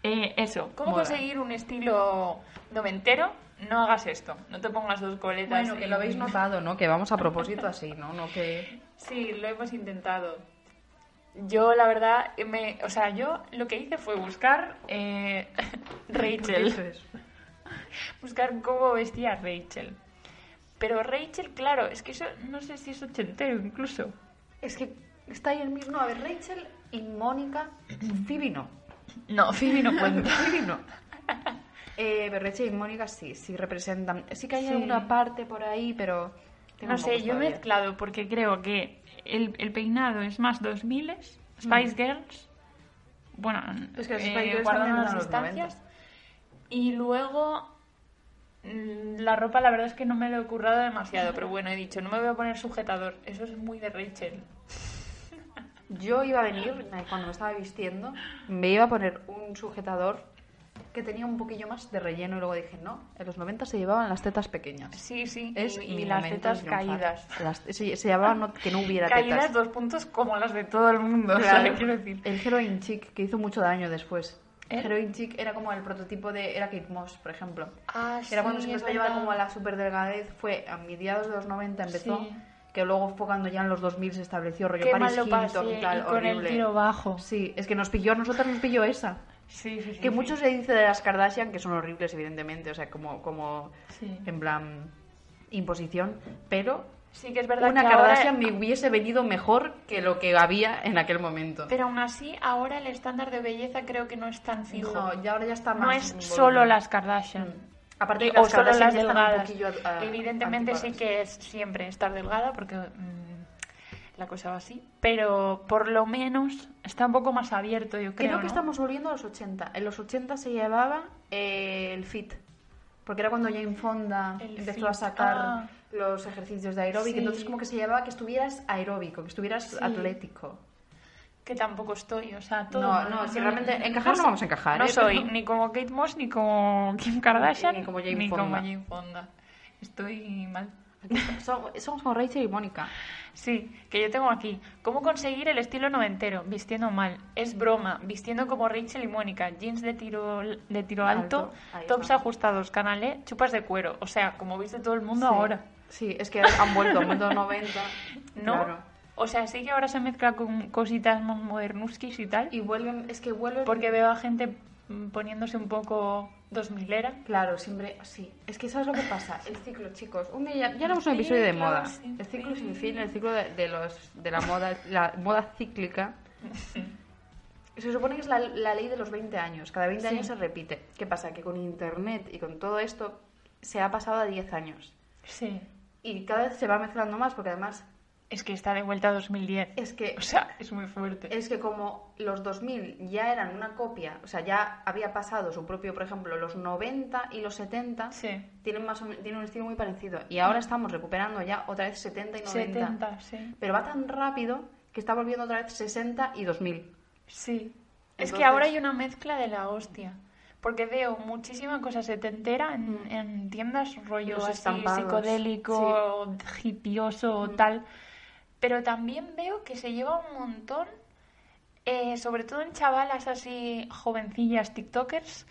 S2: eh, eso, ¿cómo
S1: Mola.
S2: conseguir un estilo noventero? No hagas esto, no te pongas dos coletas.
S1: Bueno, que
S2: y-
S1: lo habéis notado, ¿no? Que vamos a propósito así, ¿no? No que...
S2: Sí, lo hemos intentado. Yo, la verdad, me, o sea, yo lo que hice fue buscar eh, Rachel, buscar cómo vestía Rachel. Pero Rachel, claro, es que eso no sé si es ochentero incluso.
S1: Es que está ahí el mismo, a ver, Rachel y Mónica, Phoebe no.
S2: No, Phoebe Pues no cuenta.
S1: Phoebe no. Eh, pero Rachel y Mónica sí, sí representan. Sí que hay
S2: Sí.
S1: alguna parte por ahí, pero... tengo
S2: No sé,
S1: pocos
S2: yo he
S1: todavía.
S2: mezclado porque creo que el, el peinado es más 2000, Spice Girls. Bueno,
S1: Es que las Spice Girls
S2: guardando
S1: también
S2: las
S1: eran los 90.
S2: distancias. Y luego mm, la ropa la verdad es que no me lo he currado demasiado, pero bueno, he dicho, no me voy a poner sujetador, eso es muy de Rachel.
S1: Yo iba a venir, cuando me estaba vistiendo, me iba a poner un sujetador que tenía un poquillo más de relleno y luego dije, no, en los 90 se llevaban las tetas pequeñas.
S2: Sí, sí,
S1: Es
S2: y, y
S1: mi
S2: las
S1: momento
S2: tetas
S1: de triunfar.
S2: caídas.
S1: Las- se, se llamaba no- que no hubiera
S2: Caídas
S1: tetas.
S2: dos puntos como las de todo el mundo, o sea,
S1: Claro.
S2: quiero decir.
S1: El Heroin Chic, que hizo mucho daño después.
S2: ¿Eh?
S1: Heroin Chic era como el prototipo de... Era Kate Moss, por ejemplo.
S2: Ah,
S1: Que era cuando se
S2: sí, es
S1: empezó a llevar
S2: verdad.
S1: como a la superdelgadez. Fue a mediados de los 90 empezó.
S2: Sí.
S1: Que luego fue cuando ya en los 2000 se estableció rollo
S2: Qué
S1: Paris
S2: mal lo
S1: Hilton
S2: pasé,
S1: y tal,
S2: y con el
S1: horrible.
S2: tiro bajo.
S1: Sí, es que nos pilló, a nosotras nos pilló esa.
S2: Sí, sí, sí,
S1: Que
S2: sí.
S1: mucho se dice de las Kardashian, que son horribles, evidentemente, o sea, como, como
S2: Sí.
S1: en plan imposición, pero
S2: Sí que es verdad
S1: una
S2: que ahora-
S1: Kardashian me hubiese venido mejor que lo que había en aquel momento.
S2: Pero aún así, ahora el estándar de belleza creo que no es tan fijo.
S1: no, ya ahora ya está más.
S2: No es
S1: volumen.
S2: solo las Kardashian.
S1: Mm. Aparte de
S2: Y-
S1: que las
S2: o solo
S1: Kardashian
S2: las
S1: ya están un
S2: delgadas.
S1: poquillo, ah,
S2: Evidentemente sí
S1: anticuadas.
S2: que es siempre estar delgada porque mm, la cosa va así. Pero por lo menos está un poco más abierto, yo creo.
S1: Creo que
S2: ¿no?
S1: estamos volviendo a los 80. En los 80 se llevaba eh, el fit. Porque era cuando Jane Fonda
S2: El
S1: empezó
S2: fit,
S1: a sacar
S2: ah.
S1: los ejercicios de aeróbico.
S2: Sí.
S1: Entonces como que se llevaba que estuvieras aeróbico, que estuvieras
S2: Sí.
S1: atlético.
S2: Que tampoco estoy, o sea, todo.
S1: No, no, si realmente encajar no
S2: soy-
S1: vamos a encajar,
S2: No
S1: ¿eh?
S2: soy
S1: Pero-
S2: ni como Kate Moss, ni como Kim Kardashian,
S1: Ni como Jane
S2: ni como
S1: Fonda.
S2: Jane Fonda. Estoy mal.
S1: Som- Somos como Rachel y Mónica.
S2: Sí, que yo tengo aquí. ¿Cómo conseguir el estilo noventero? Vistiendo mal. Es broma. Vistiendo como Rachel y Mónica. Jeans de tiro, de tiro alto,
S1: Alto, ahí
S2: tops
S1: está.
S2: ajustados, canalé, chupas de cuero. O sea, como viste todo el mundo
S1: Sí.
S2: ahora.
S1: Sí, es que han vuelto, han vuelto 90.
S2: ¿No?
S1: Claro.
S2: O sea, sí que ahora se mezcla con cositas más modernuskis y tal.
S1: Y vuelven, es que vuelven...
S2: Porque veo a gente mm, poniéndose un poco dos milera.
S1: Claro, siempre, sí. Es que ¿sabes lo que pasa? El ciclo, chicos. Un día ya haremos un episodio de
S2: ciclo
S1: moda.
S2: sin
S1: El ciclo sin
S2: fin.
S1: fin, el ciclo de, de los, de la moda, la moda cíclica. Se supone que es la, la ley de los 20 años. Cada 20 años se repite. ¿Qué pasa? Que con internet y con todo esto se ha pasado a 10 años.
S2: Sí.
S1: Y cada vez se va mezclando más porque además
S2: Es que está de vuelta a 2010.
S1: es que
S2: O sea, es muy fuerte.
S1: es que como los 2000 ya eran una copia, o sea, ya había pasado su propio, por ejemplo, los 90 y los 70
S2: Sí.
S1: tienen, más o men- tienen un estilo muy parecido. Y ahora estamos recuperando ya otra vez 70 y 90.
S2: 70, sí.
S1: Pero va tan rápido que está volviendo otra vez 60 y 2000.
S2: Sí. Es
S1: Entonces-
S2: que ahora hay una mezcla de la hostia. Porque veo muchísima cosa setentera en, en tiendas rollo
S1: Los
S2: así
S1: estampados, Mm.
S2: psicodélico, hipioso o tal. Pero también veo que se lleva un montón, eh, sobre todo en chavalas así jovencillas, tiktokers,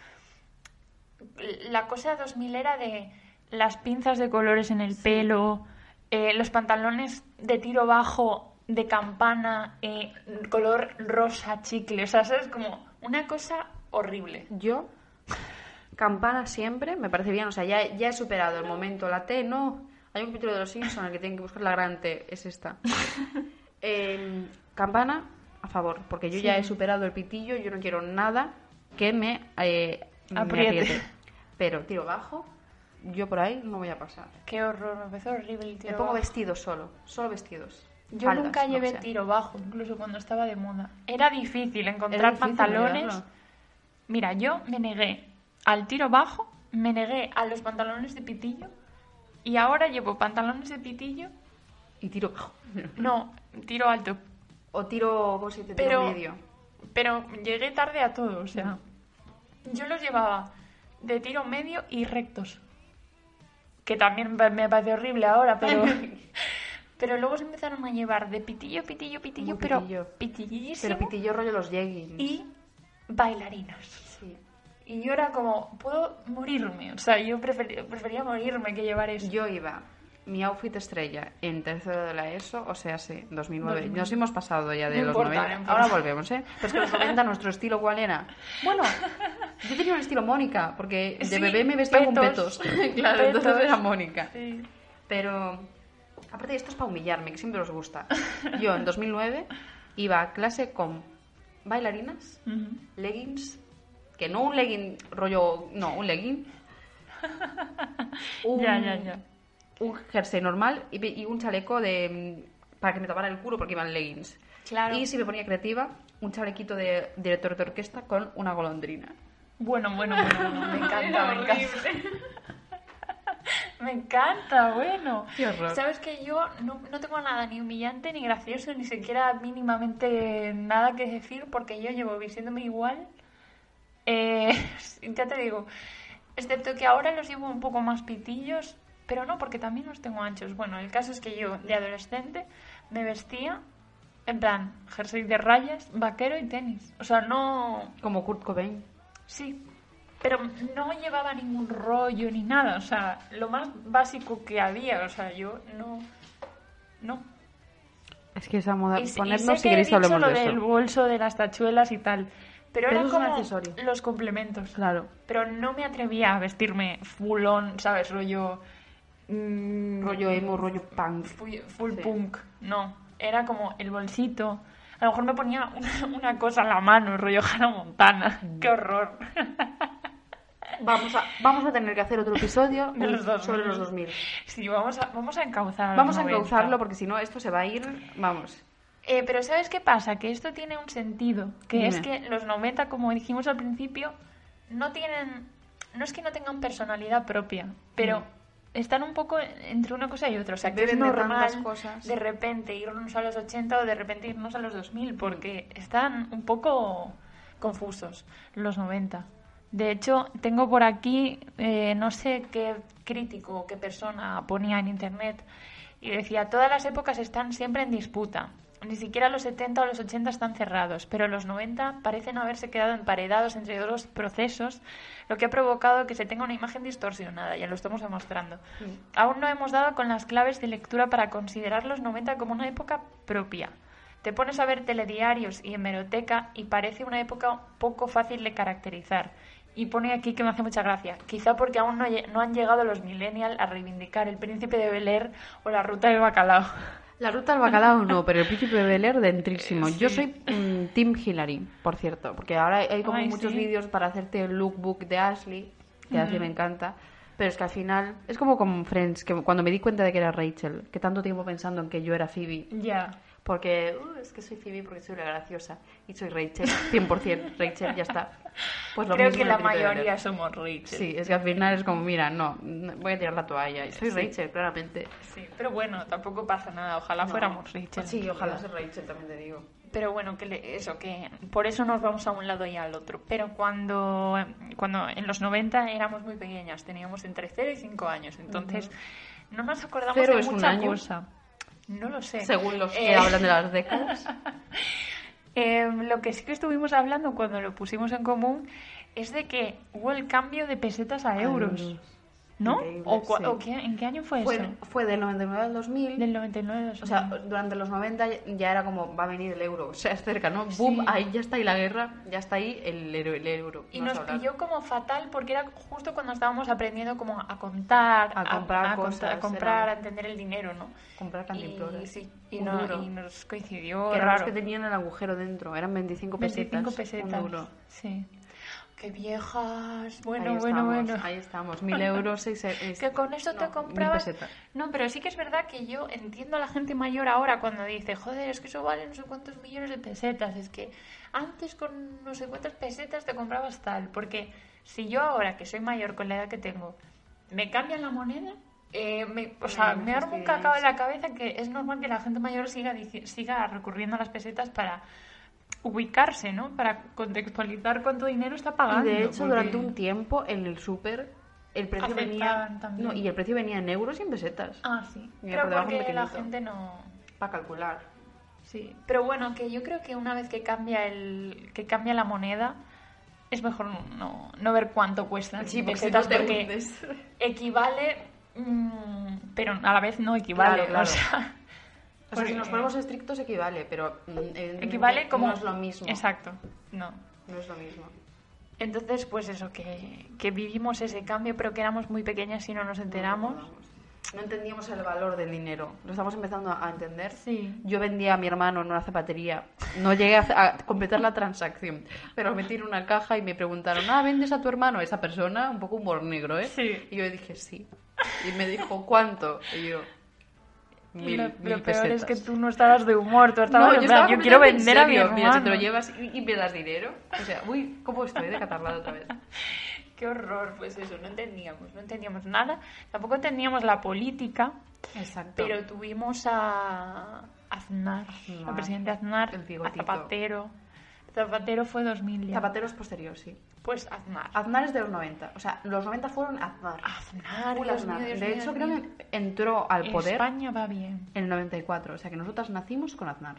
S2: la cosa 2000 era de las pinzas de colores en el pelo, eh, los pantalones de tiro bajo de campana, eh, color rosa, chicle. O sea, ¿sabes? Como una cosa horrible.
S1: Yo, campana siempre, me parece bien. O sea, ya, ya he superado el momento. La T, no. Hay un capítulo de los Simpsons en el que tienen que buscar la gran T. Es esta. Em, campana, a favor. Porque yo ya he superado el pitillo. Yo no quiero nada que me, eh, me
S2: Apriete.
S1: Pero tiro bajo, yo por ahí no voy a pasar.
S2: Qué horror, me parece horrible el
S1: Me
S2: tiro
S1: pongo
S2: bajo.
S1: vestidos solo. Solo vestidos.
S2: Yo
S1: Faldas,
S2: nunca
S1: lo que
S2: llevé
S1: sea.
S2: tiro bajo, incluso cuando estaba de moda. Era difícil encontrar
S1: Era difícil
S2: pantalones.
S1: llevarlo.
S2: Mira, yo me negué al tiro bajo, me negué a los pantalones de pitillo y ahora llevo pantalones de pitillo,
S1: Y tiro bajo.
S2: no, tiro alto.
S1: O tiro, ¿cómo se dice? Tiro
S2: Pero,
S1: medio.
S2: pero llegué tarde a todo, o sea, yo los llevaba de tiro medio y rectos, que también pa- me parece horrible ahora, pero, pero luego se empezaron a llevar de pitillo, pitillo, pitillo,
S1: Muy
S2: pero
S1: pitillo.
S2: pitillísimo
S1: Pero pitillo rollo los jeggings.
S2: y bailarinas.
S1: Sí.
S2: Y yo era como, puedo morirme. O sea, yo prefería, prefería morirme que llevar eso.
S1: Yo iba, mi outfit estrella, en tercero de la ESO, o sea, sí, 2009. Nos hemos pasado ya de
S2: No
S1: los
S2: importa, no
S1: 90.
S2: importa.
S1: Ahora volvemos, ¿eh? Pero es que los 90 nuestro estilo, ¿cuál era? Bueno, yo tenía un estilo Mónica, porque de
S2: Sí,
S1: bebé me vestía
S2: petos.
S1: con petos. claro, entonces
S2: Petos.
S1: era Mónica.
S2: Sí.
S1: Pero, aparte, esto es para humillarme, que siempre os gusta. Yo, en 2009, iba a clase con bailarinas, leggings, que no un legging rollo, no, un legging. un-
S2: Ya, ya, ya.
S1: un jersey normal y, pe- y un chaleco de mm, para que me tapara el culo porque iban leggings.
S2: Claro.
S1: Y si me ponía creativa, un chalequito de director de orquesta con una golondrina.
S2: Bueno, bueno, bueno, bueno, me encanta, me encanta. Me encanta, bueno.
S1: Qué horror.
S2: Sabes que yo no, no tengo nada ni humillante, ni gracioso, ni siquiera mínimamente nada que decir, porque yo llevo vistiéndome igual. Eh, ya te digo, excepto que ahora los llevo un poco más pitillos, pero no, porque también los tengo anchos. Bueno, el caso es que yo, de adolescente, me vestía en plan jersey de rayas, vaquero y tenis. O sea, no...
S1: Como Kurt Cobain.
S2: Sí, pero no llevaba ningún rollo ni nada, o sea, lo más básico que había, o sea, yo no... No.
S1: Es que esa moda.
S2: Y, s- y
S1: ponernos
S2: sé
S1: si
S2: que he
S1: queréis
S2: dicho
S1: hablemos
S2: lo
S1: de
S2: del
S1: eso.
S2: bolso, de las tachuelas y tal,
S1: Pero
S2: pero, eran
S1: eso es un
S2: como
S1: accesorio.
S2: los complementos.
S1: Claro.
S2: Pero no me atrevía a vestirme fulón, ¿sabes? Rollo... mm,
S1: Rollo emo, rollo punk.
S2: fui- full
S1: Sí.
S2: punk, no. Era como el bolsito. A lo mejor me ponía una, una cosa en la mano, rollo Hannah Montana.
S1: Mm.
S2: ¡Qué horror!
S1: Vamos a, vamos a tener que hacer otro episodio
S2: De los 2000.
S1: sobre los 2000.
S2: Sí, vamos a, vamos a encauzar. los
S1: Vamos a
S2: 90.
S1: encauzarlo porque si no, esto se va a ir. Vamos.
S2: Eh, pero ¿sabes qué pasa? Que esto tiene un sentido. Que
S1: Dime.
S2: es que los 90, como dijimos al principio, no tienen... No es que no tengan personalidad propia, pero están un poco entre una cosa y otra. O sea, que es
S1: Beben Mm. de
S2: normal
S1: tantas cosas.
S2: de repente irnos a los 80 o de repente irnos a los
S1: Mm.
S2: 2000, porque están un poco confusos los 90. De hecho, tengo por aquí, eh, no sé qué crítico o qué persona ponía en internet, y decía, todas las épocas están siempre en disputa. Ni siquiera los 70 o los 80 están cerrados, pero los 90 parecen haberse quedado emparedados entre dos procesos, lo que ha provocado que se tenga una imagen distorsionada, ya lo estamos demostrando. Aún no hemos dado con las claves de lectura para considerar los 90 como una época propia. Te pones a ver telediarios y hemeroteca y parece una época poco fácil de caracterizar. Y pone aquí que me hace mucha gracia, quizá porque aún no, lle- no han llegado los millennials a reivindicar el príncipe de Bel Air o la ruta del bacalao.
S1: La ruta al bacalao no, pero el príncipe de Bel Air dentrísimo.
S2: Eh, Sí.
S1: Yo soy mm, Team Hillary, por cierto, porque ahora hay como
S2: Ay,
S1: muchos
S2: sí.
S1: vídeos para hacerte el lookbook de Ashley, que así me encanta, pero es que al final es como con Friends, que cuando me di cuenta de que era Rachel, que tanto tiempo pensando en que yo era Phoebe,
S2: Ya.
S1: porque "Uh, es que soy Phoebe porque soy la graciosa y soy Rachel, 100% Rachel, ya está. Pues lo
S2: Creo
S1: mismo
S2: que
S1: en
S2: la
S1: el príncipe de Bel Air.
S2: mayoría somos Rachel.
S1: Sí, es que al final es como, mira, no, no, voy a tirar la toalla. y Soy
S2: Sí.
S1: Rachel, claramente.
S2: Sí, pero bueno, tampoco pasa nada, ojalá fuéramos Rachel.
S1: Pues Sí, ojalá sea Rachel, también te digo.
S2: Pero bueno, que le- eso, que por eso nos vamos a un lado y al otro. Pero cuando, cuando en los 90 éramos muy pequeñas, teníamos entre 0 y 5 años, entonces no nos acordamos
S1: Cero
S2: de
S1: es un
S2: mucha
S1: año.
S2: cosa. No lo sé.
S1: Según los que
S2: Eh,
S1: hablan de las décadas.
S2: eh, lo que sí que estuvimos hablando cuando lo pusimos en común es de que hubo el cambio de pesetas a euros.
S1: euros.
S2: ¿no?
S1: Increíble,
S2: ¿O, cua-
S1: sí.
S2: o qué- en qué año fue,
S1: Fue,
S2: Pues eso?
S1: fue del 99 al 2000.
S2: Del 99
S1: O sea, durante los 90 ya- ya era como, va a venir el euro, o sea, es cerca, ¿no?
S2: Sí.
S1: Boom, ahí ya está ahí la guerra, ya está ahí el, euro- el euro.
S2: Y
S1: no
S2: nos
S1: vas a hablar.
S2: pilló como fatal porque era justo cuando estábamos aprendiendo como a contar,
S1: A comprar
S2: a,
S1: cosas,
S2: a comprar,
S1: era-
S2: a entender el dinero, ¿no?
S1: Comprar
S2: Y,
S1: cantimploras.
S2: sí, y,
S1: Un
S2: no-
S1: duro.
S2: y nos coincidió
S1: Que eran los
S2: raro.
S1: que tenían el agujero dentro, eran 25 pesetas.
S2: 25
S1: un
S2: pesetas.
S1: duro.
S2: Sí. Qué viejas. Bueno,
S1: ahí
S2: bueno,
S1: estamos,
S2: bueno.
S1: Ahí estamos, 1000 euros, 6 euros.
S2: Que con eso te comprabas. No, pero sí que es verdad que yo entiendo a la gente mayor ahora cuando dice, joder, es que eso vale no sé cuántos millones de pesetas. Es que antes con no sé cuántas pesetas te comprabas tal. Porque si yo ahora, que soy mayor con la edad que tengo, me cambian la moneda, eh, me- o sea,
S1: Ay, no
S2: me armo un
S1: fastidies.
S2: cacao en la cabeza que es normal que la gente mayor siga, dici- siga recurriendo a las pesetas para ubicarse, ¿no? Para contextualizar cuánto dinero está pagando.
S1: de hecho,
S2: porque-
S1: durante un tiempo en el súper el precio venía
S2: Aceptaban también.
S1: no, y el precio venía en euros y en pesetas
S2: Ah, sí.
S1: Mira, por
S2: Pero
S1: debajo un
S2: porque la
S1: pequeñito.
S2: gente no...
S1: para calcular.
S2: Sí, pero bueno, que yo creo que una vez que cambia el que cambia la moneda es mejor no, no ver cuánto cuestan
S1: Sí, porque si
S2: pesetas
S1: no te
S2: porque
S1: hundes.
S2: equivale mm, pero a la vez no equivale,
S1: Claro, claro.
S2: o
S1: O
S2: sea,
S1: sea, si
S2: porque
S1: nos ponemos estrictos equivale, pero mm, evidentemente
S2: Pues equivale como
S1: no es lo mismo.
S2: Exacto. No.
S1: No es lo mismo.
S2: Entonces, pues eso que, que vivimos ese cambio, pero que éramos muy pequeñas y no nos enteramos.
S1: No entendíamos el valor del dinero. Lo estamos empezando a entender.
S2: Sí.
S1: Yo vendía a mi hermano en una zapatería. No llegué a, a completar la transacción, pero lo metí en una caja y me preguntaron, ah, ¿vendes a tu hermano? Esa persona, un poco humor negro, ¿eh?
S2: Sí.
S1: Y yo dije, sí. Y me dijo, ¿cuánto? Y yo, mil, mil
S2: lo, lo peor es
S1: pesetas".
S2: que tú no estabas de humor, tú estabas
S1: No,
S2: en
S1: yo,
S2: plan,
S1: estaba
S2: yo quiero
S1: completamente
S2: vender a
S1: en
S2: mi
S1: serio. Mira, si te lo
S2: hermano.
S1: llevas y, y me das dinero. O sea, uy, ¿cómo estoy de catarrada otra vez?
S2: Qué horror, pues eso, no entendíamos, no entendíamos nada, tampoco entendíamos la política,
S1: Exacto.
S2: pero tuvimos a Aznar,
S1: Aznar,
S2: al presidente Aznar,
S1: el
S2: a
S1: bigotito.
S2: Zapatero. Zapatero fue 2000 ya.
S1: Zapateros posterior, sí.
S2: Pues Aznar.
S1: Aznar es de los 90. O sea, los 90 fueron Aznar.
S2: Aznar,
S1: Full
S2: Dios
S1: Ah, Aznar.
S2: mío, Dios
S1: de
S2: mío,
S1: hecho,
S2: Dios
S1: creo
S2: mío.
S1: que entró al poder
S2: España va bien.
S1: en el 94. O sea, que nosotras nacimos con Aznar.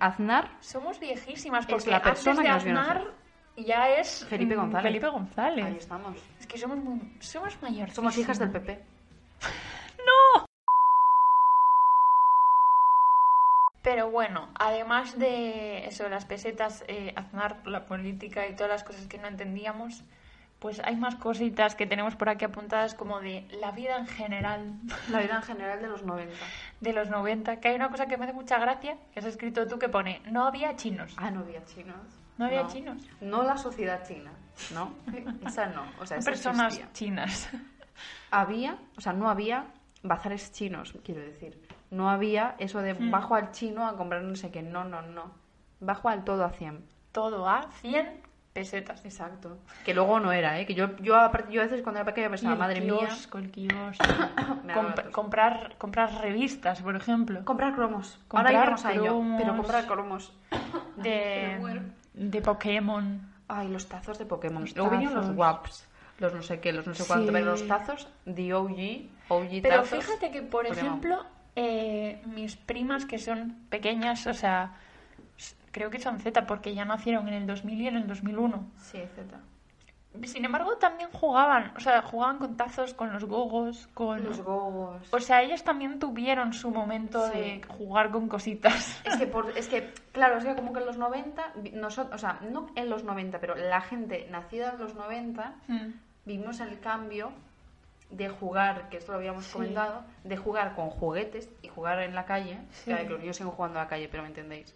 S1: Aznar,
S2: Somos viejísimas
S1: Es
S2: porque
S1: la persona
S2: antes de
S1: que nos vio
S2: Aznar ya es
S1: Felipe
S2: mm,
S1: González.
S2: Felipe González.
S1: ahí estamos.
S2: Es que somos muy, somos mayores.
S1: Somos hijas del PP.
S2: Pero bueno, además de eso, las pesetas, eh, Aznar, la política y todas las cosas que no entendíamos, pues hay más cositas que tenemos por aquí apuntadas como de la vida en general
S1: La vida en general de los 90.
S2: de los 90, que hay una cosa que me hace mucha gracia, que has escrito tú que pone, no había chinos.
S1: Ah, no había chinos.
S2: No había chinos.
S1: No la sociedad china, ¿no? Esa no. O sea,
S2: Son
S1: esa
S2: personas
S1: existía.
S2: chinas.
S1: había, o sea, no había bazares chinos, quiero decir. No había eso de
S2: Hmm.
S1: bajo al chino a comprar no sé qué. No, no, no. Bajo al todo a 100.
S2: Todo a 100 pesetas.
S1: Exacto. Que luego no era, ¿eh? Que yo, yo, a par- yo a veces cuando era pequeña
S2: Y
S1: pensaba,
S2: el
S1: madre mía,
S2: kiosco, el kiosco.
S1: Me da
S2: Comp-
S1: datos.
S2: comprar, comprar revistas, por ejemplo.
S1: comprar cromos.
S2: Comprar
S1: Ahora iremos a ello,
S2: cromos.
S1: pero comprar cromos.
S2: de,
S1: me muero.
S2: de Pokémon.
S1: Ay, los tazos de Pokémon.
S2: Los
S1: luego vinieron los
S2: tazos.
S1: WAPs, los no sé qué, los no sé cuánto,
S2: Sí.
S1: pero los tazos, de OG, OG
S2: Pero
S1: tazos.
S2: fíjate que, por
S1: Pokémon.
S2: ejemplo, eh, mis primas que son pequeñas, o sea, s- creo que son Z porque ya nacieron en el 2000 y en el 2001.
S1: Sí, Z.
S2: Sin embargo, también jugaban, o sea, jugaban con tazos, con los gogos, con...
S1: Los gogos.
S2: O sea, ellas también tuvieron su momento
S1: Sí.
S2: de jugar con cositas.
S1: Es que, por- es que, claro, es que como que en los 90, nosotros, o sea, no en los 90, pero la gente nacida en los 90
S2: Mm.
S1: vimos el cambio de jugar, que esto lo habíamos comentado, de jugar con juguetes y jugar en la calle,
S2: Sí.
S1: claro, que los niños siguen jugando en la calle, pero me entendéis,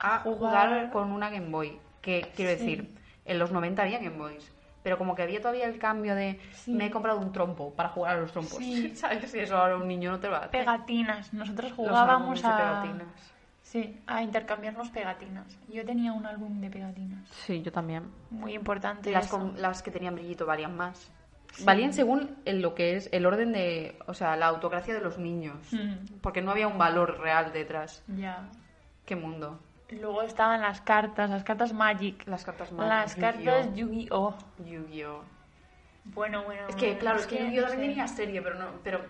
S1: a
S2: Jugar-
S1: jugar, con una Game Boy, que quiero
S2: Sí.
S1: decir, en los 90 había Game Boys, pero como que había todavía el cambio de me he comprado un trompo para jugar a los trompos.
S2: Sí.
S1: ¿Sabes? Si eso ahora un niño no te lo hace.
S2: Pegatinas. Nosotros
S1: Los álbumes
S2: jugábamos
S1: de
S2: a...
S1: pegatinas.
S2: Sí, a intercambiarnos pegatinas. Yo tenía un álbum de pegatinas.
S1: Sí, yo también.
S2: Muy importante.
S1: las,
S2: eso.
S1: con- las que tenían brillito valían más. Valían según el- lo que es el orden de, o sea, la autocracia de los niños,
S2: Mm.
S1: porque no había un valor real detrás.
S2: Ya.
S1: Qué mundo.
S2: Luego estaban las cartas, las cartas Magic.
S1: Las cartas
S2: Las
S1: Magic,
S2: cartas Yu-Gi-Oh.
S1: Yu-Gi-Oh.
S2: Bueno, bueno.
S1: Es que
S2: bueno,
S1: claro, es que Yu-Gi-Oh
S2: no sé.
S1: también tenía serie, pero no, pero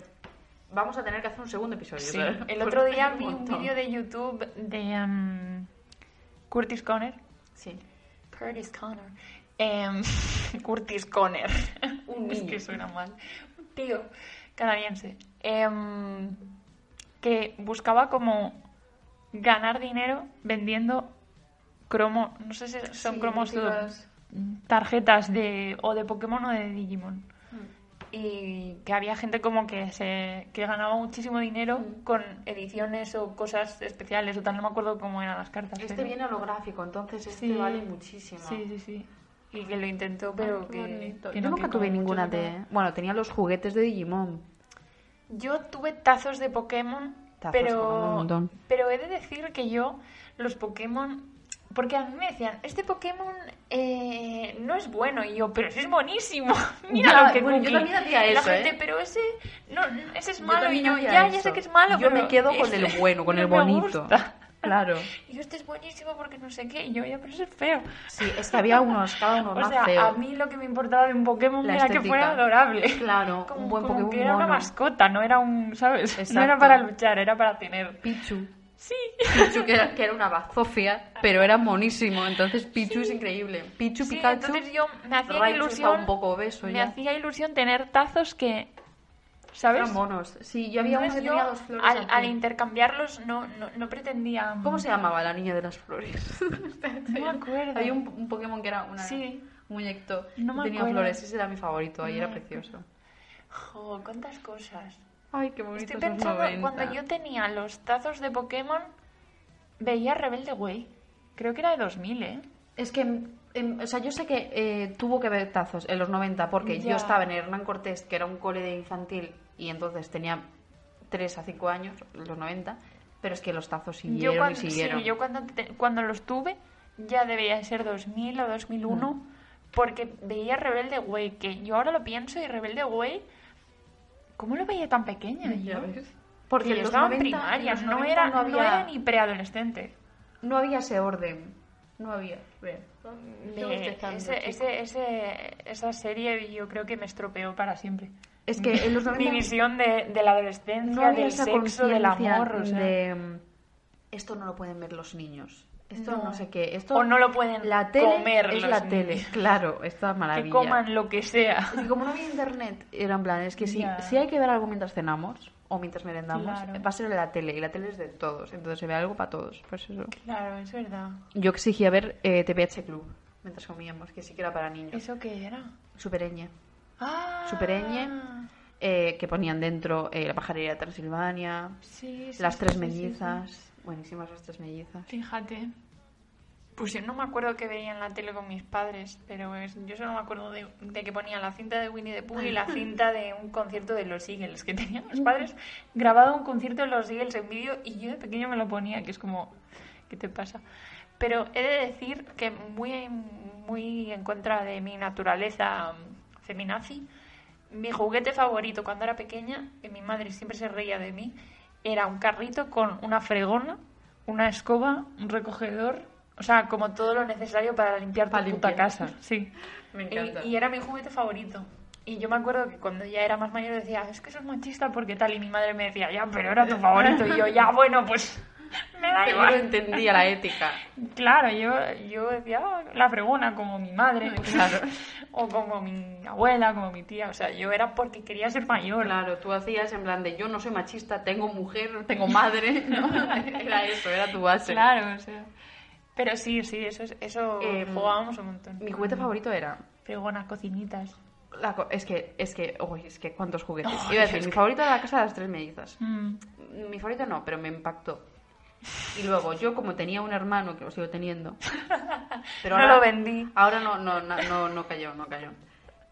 S1: vamos a tener que hacer un segundo episodio.
S2: Sí.
S1: claro.
S2: El otro día
S1: Un
S2: vi un
S1: montón.
S2: vídeo de YouTube de em, Curtis Conner.
S1: Sí.
S2: Curtis Conner. Em, Curtis Conner.
S1: Un
S2: es
S1: niño.
S2: que suena mal. tío canadiense em, que buscaba como ganar dinero vendiendo cromo, no sé si son
S1: Sí,
S2: cromos o
S1: míticas.
S2: tarjetas de o de Pokémon o de Digimon.
S1: Mm.
S2: Y que había gente como que se que ganaba muchísimo dinero
S1: Mm.
S2: con ediciones o cosas especiales o tal, no me acuerdo cómo eran las cartas.
S1: Este
S2: pero-
S1: viene holográfico, entonces este
S2: Sí.
S1: vale muchísimo.
S2: Sí, sí, sí. Y que lo intentó, pero
S1: Ay, qué
S2: que,
S1: bonito.
S2: que
S1: Yo
S2: no,
S1: nunca
S2: que
S1: tuve
S2: como
S1: ninguna
S2: mucho que
S1: de... Bueno, tenía los juguetes de Digimon.
S2: Yo tuve tazos de Pokémon,
S1: Tazos, como un
S2: pero,
S1: montón.
S2: pero he de decir que yo los Pokémon... Porque a mí me decían, este Pokémon eh, no es bueno. Y yo, pero ese es buenísimo. Mira
S1: Ya,
S2: lo que
S1: bueno, yo
S2: cookie".
S1: también hacía
S2: La
S1: eso,
S2: gente,
S1: ¿eh?
S2: pero ese, no, ese es
S1: Yo
S2: malo. Y
S1: también
S2: yo,
S1: hacía
S2: ya, ya
S1: eso.
S2: sé que es malo.
S1: Yo
S2: pero
S1: me quedo con
S2: este
S1: el bueno, con
S2: no
S1: el
S2: me
S1: bonito.
S2: gusta".
S1: Claro.
S2: Y yo, este es buenísimo porque no sé qué. Y yo, ya, pero ese es feo.
S1: Sí, es que había unos, cada uno
S2: O
S1: más
S2: sea,
S1: feo.
S2: a mí lo que me importaba de un Pokémon
S1: La
S2: era que
S1: estética.
S2: fuera adorable.
S1: Claro,
S2: Como,
S1: un buen
S2: como
S1: Pokémon
S2: que era una
S1: mono.
S2: mascota, no era un, ¿sabes? No
S1: Exacto.
S2: era para luchar, era para tener.
S1: Pichu.
S2: Sí.
S1: Pichu, que era, que era una bazofia, pero era monísimo. Entonces Pichu es increíble. Pichu,
S2: Sí,
S1: Pikachu...
S2: entonces yo me hacía
S1: Raichu
S2: ilusión.
S1: estaba un poco obeso
S2: me
S1: ya.
S2: hacía ilusión tener tazos que, ¿sabes?
S1: Eran monos. Sí, yo había uno
S2: Entonces
S1: que
S2: yo,
S1: tenía dos flores
S2: al,
S1: aquí.
S2: al intercambiarlos no, no, no pretendía. mm,
S1: ¿Cómo se llamaba la niña de las flores?
S2: No me acuerdo.
S1: Había un, un Pokémon que era una,
S2: Sí.
S1: un muñequito.
S2: No me
S1: tenía
S2: acuerdo.
S1: flores, ese era mi favorito, ahí
S2: No
S1: era
S2: me
S1: precioso.
S2: Jo, cuántas cosas.
S1: Ay, qué bonito.
S2: Estoy pensando, cuando yo tenía los tazos de Pokémon, veía Rebelde Way. Creo que era de 2000, ¿eh?
S1: Es que, em, o sea, yo sé que eh, tuvo que ver tazos en los 90 porque yo
S2: Ya.
S1: estaba en Hernán Cortés, que era un cole de infantil, y entonces tenía 3 a 5 años, los 90, pero es que los tazos siguieron
S2: yo cuando,
S1: y siguieron.
S2: sí, yo cuando, te- cuando los tuve ya debía de ser 2000 o 2001 porque veía Rebelde Way, que yo ahora lo pienso y Rebelde Way, ¿cómo lo veía tan pequeña?
S1: Ya
S2: yo?
S1: ves.
S2: Porque
S1: en
S2: yo
S1: los
S2: estaba en
S1: 90,
S2: primaria,
S1: en los
S2: no,
S1: 90
S2: era,
S1: no
S2: no,
S1: había,
S2: era ni preadolescente.
S1: no había ese orden. No había. Ver, yo
S2: Eh,
S1: empezando,
S2: ese-
S1: chico.
S2: ese- ese- esa serie yo creo que me estropeó para siempre.
S1: Es que en los 90
S2: Mi visión de, de la adolescencia,
S1: no había
S2: del
S1: esa
S2: sexo, del
S1: conciencia
S2: amor, o sea.
S1: de, mm, esto no lo pueden ver los niños. Esto no,
S2: No.
S1: sé qué. Esto
S2: O no lo pueden
S1: la tele
S2: comer
S1: es
S2: los
S1: la
S2: niños.
S1: tele. Claro, esta maravilla.
S2: que coman lo que sea.
S1: Y como no había internet, era en plan, es que si,
S2: Ya.
S1: si hay que ver algo mientras cenamos o mientras merendamos,
S2: Claro.
S1: va a ser en la tele. Y la tele es de todos, entonces se ve algo para todos. Pues eso.
S2: Claro, es verdad.
S1: Yo exigía ver eh, TPH Club mientras comíamos, que sí que era para niños.
S2: ¿Eso qué era?
S1: Supereñe.
S2: Ah,
S1: Supereñe, eh, que ponían dentro eh, la pajarería de Transilvania,
S2: Sí, sí,
S1: las
S2: sí,
S1: tres
S2: sí, sí, sí.
S1: mellizas, buenísimas las tres mellizas.
S2: Fíjate. Pues yo no me acuerdo que veía en la tele con mis padres, pero es- yo solo me acuerdo de, de que ponía la cinta de Winnie the Pooh y la cinta de un concierto de los Eagles, que tenían mis padres grabado un concierto de los Eagles en vídeo y yo de pequeño me lo ponía, que es como, ¿qué te pasa? Pero he de decir que muy, muy en contra de mi naturaleza mm, feminazi, mi juguete favorito cuando era pequeña, que mi madre siempre se reía de mí, era un carrito con una fregona, una escoba, un recogedor, o sea, como todo lo necesario para limpiar
S1: Para
S2: tu puta
S1: limpiar.
S2: casa. Sí.
S1: Me
S2: Y-
S1: encanta.
S2: Y, era mi juguete favorito. Y yo me acuerdo que cuando ya era más mayor decía, es que eso es machista porque tal, y mi madre me decía, ya, pero era tu favorito. Y yo, ya, bueno, pues me da
S1: Pero no
S2: igual.
S1: entendía la ética.
S2: Claro, yo, yo decía "Ah, la fregona como mi madre, o como mi abuela, como mi tía. O sea, yo era porque quería ser mayor.
S1: Claro, tú hacías en plan de yo no soy machista, tengo mujer, tengo madre. ¿no? Era eso, era tu base.
S2: Claro, o sea. Pero sí, sí, eso, es- eso
S1: Em,
S2: jugábamos un montón. Mm.
S1: Mi juguete favorito era.
S2: Fregona, cocinitas.
S1: la co- es que, es que, uy, es que cuántos juguetes.
S2: Oh,
S1: Iba a
S2: Dios,
S1: decir,
S2: es
S1: mi
S2: que-
S1: favorito era la casa de las tres mellizas.
S2: Mm,
S1: Mi favorito no, pero me impactó. Y luego, yo como tenía un hermano que lo sigo teniendo. Pero
S2: No
S1: ahora,
S2: lo vendí.
S1: Ahora no, no, no, no, no cayó, no cayó.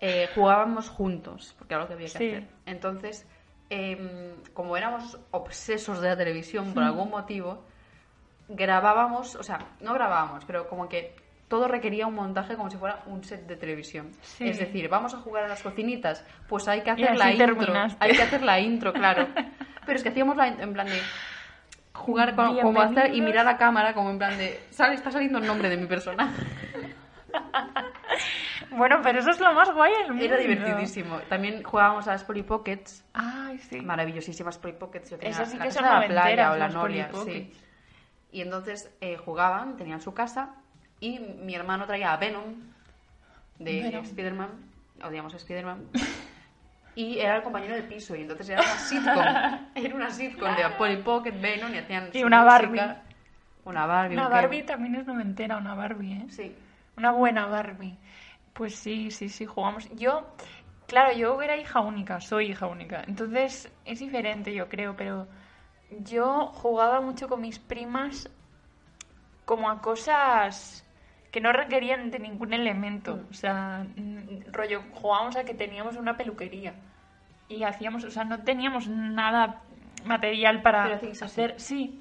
S1: Eh, jugábamos juntos, porque era lo que había que
S2: Sí.
S1: hacer. Entonces, em, como éramos obsesos de la televisión
S2: Mm.
S1: por algún motivo, grabábamos, o sea, no grabábamos, pero como que todo requería un montaje como si fuera un set de televisión.
S2: Sí.
S1: Es decir, vamos a jugar a las cocinitas, pues hay que
S2: Y
S1: hacer la
S2: así
S1: intro.
S2: terminaste.
S1: Hay que hacer la intro, claro. Pero es que hacíamos la in- en plan de jugar con, como hacer y
S2: Bienvenidos.
S1: mirar a cámara como en plan de sale, está saliendo el nombre de mi personaje.
S2: Bueno, pero eso es lo más guay del mundo.
S1: Era divertidísimo. También jugábamos a las Polly Pockets,
S2: Ay, sí.
S1: maravillosísimas Polly Pockets. Yo tenía
S2: Esas sí
S1: la
S2: que
S1: casa
S2: son
S1: de la
S2: noventeras,
S1: playa o la
S2: las Polly
S1: Noria, sí.
S2: Pockets.
S1: Y entonces eh, jugaban, tenían su casa y mi hermano traía a Venom de
S2: Venom.
S1: Spider-Man. Odiamos a Spider-Man. y era el compañero de piso, y entonces era una sitcom. era una sitcom de Polly Pocket, Venom, y hacían.
S2: Y
S1: su
S2: una
S1: música.
S2: Barbie.
S1: Una Barbie.
S2: Una
S1: un
S2: Barbie
S1: Ken.
S2: también es noventera, una Barbie, ¿eh?
S1: Sí.
S2: Una buena Barbie. Pues sí, sí, sí, jugamos. Yo, claro, yo era hija única, soy hija única. Entonces es diferente, yo creo, pero yo jugaba mucho con mis primas como a cosas que no requerían de ningún elemento. O sea, mm, rollo, jugábamos a que teníamos una peluquería. Y hacíamos, o sea, no teníamos nada material para
S1: Pero hacéis así.
S2: hacer. Sí,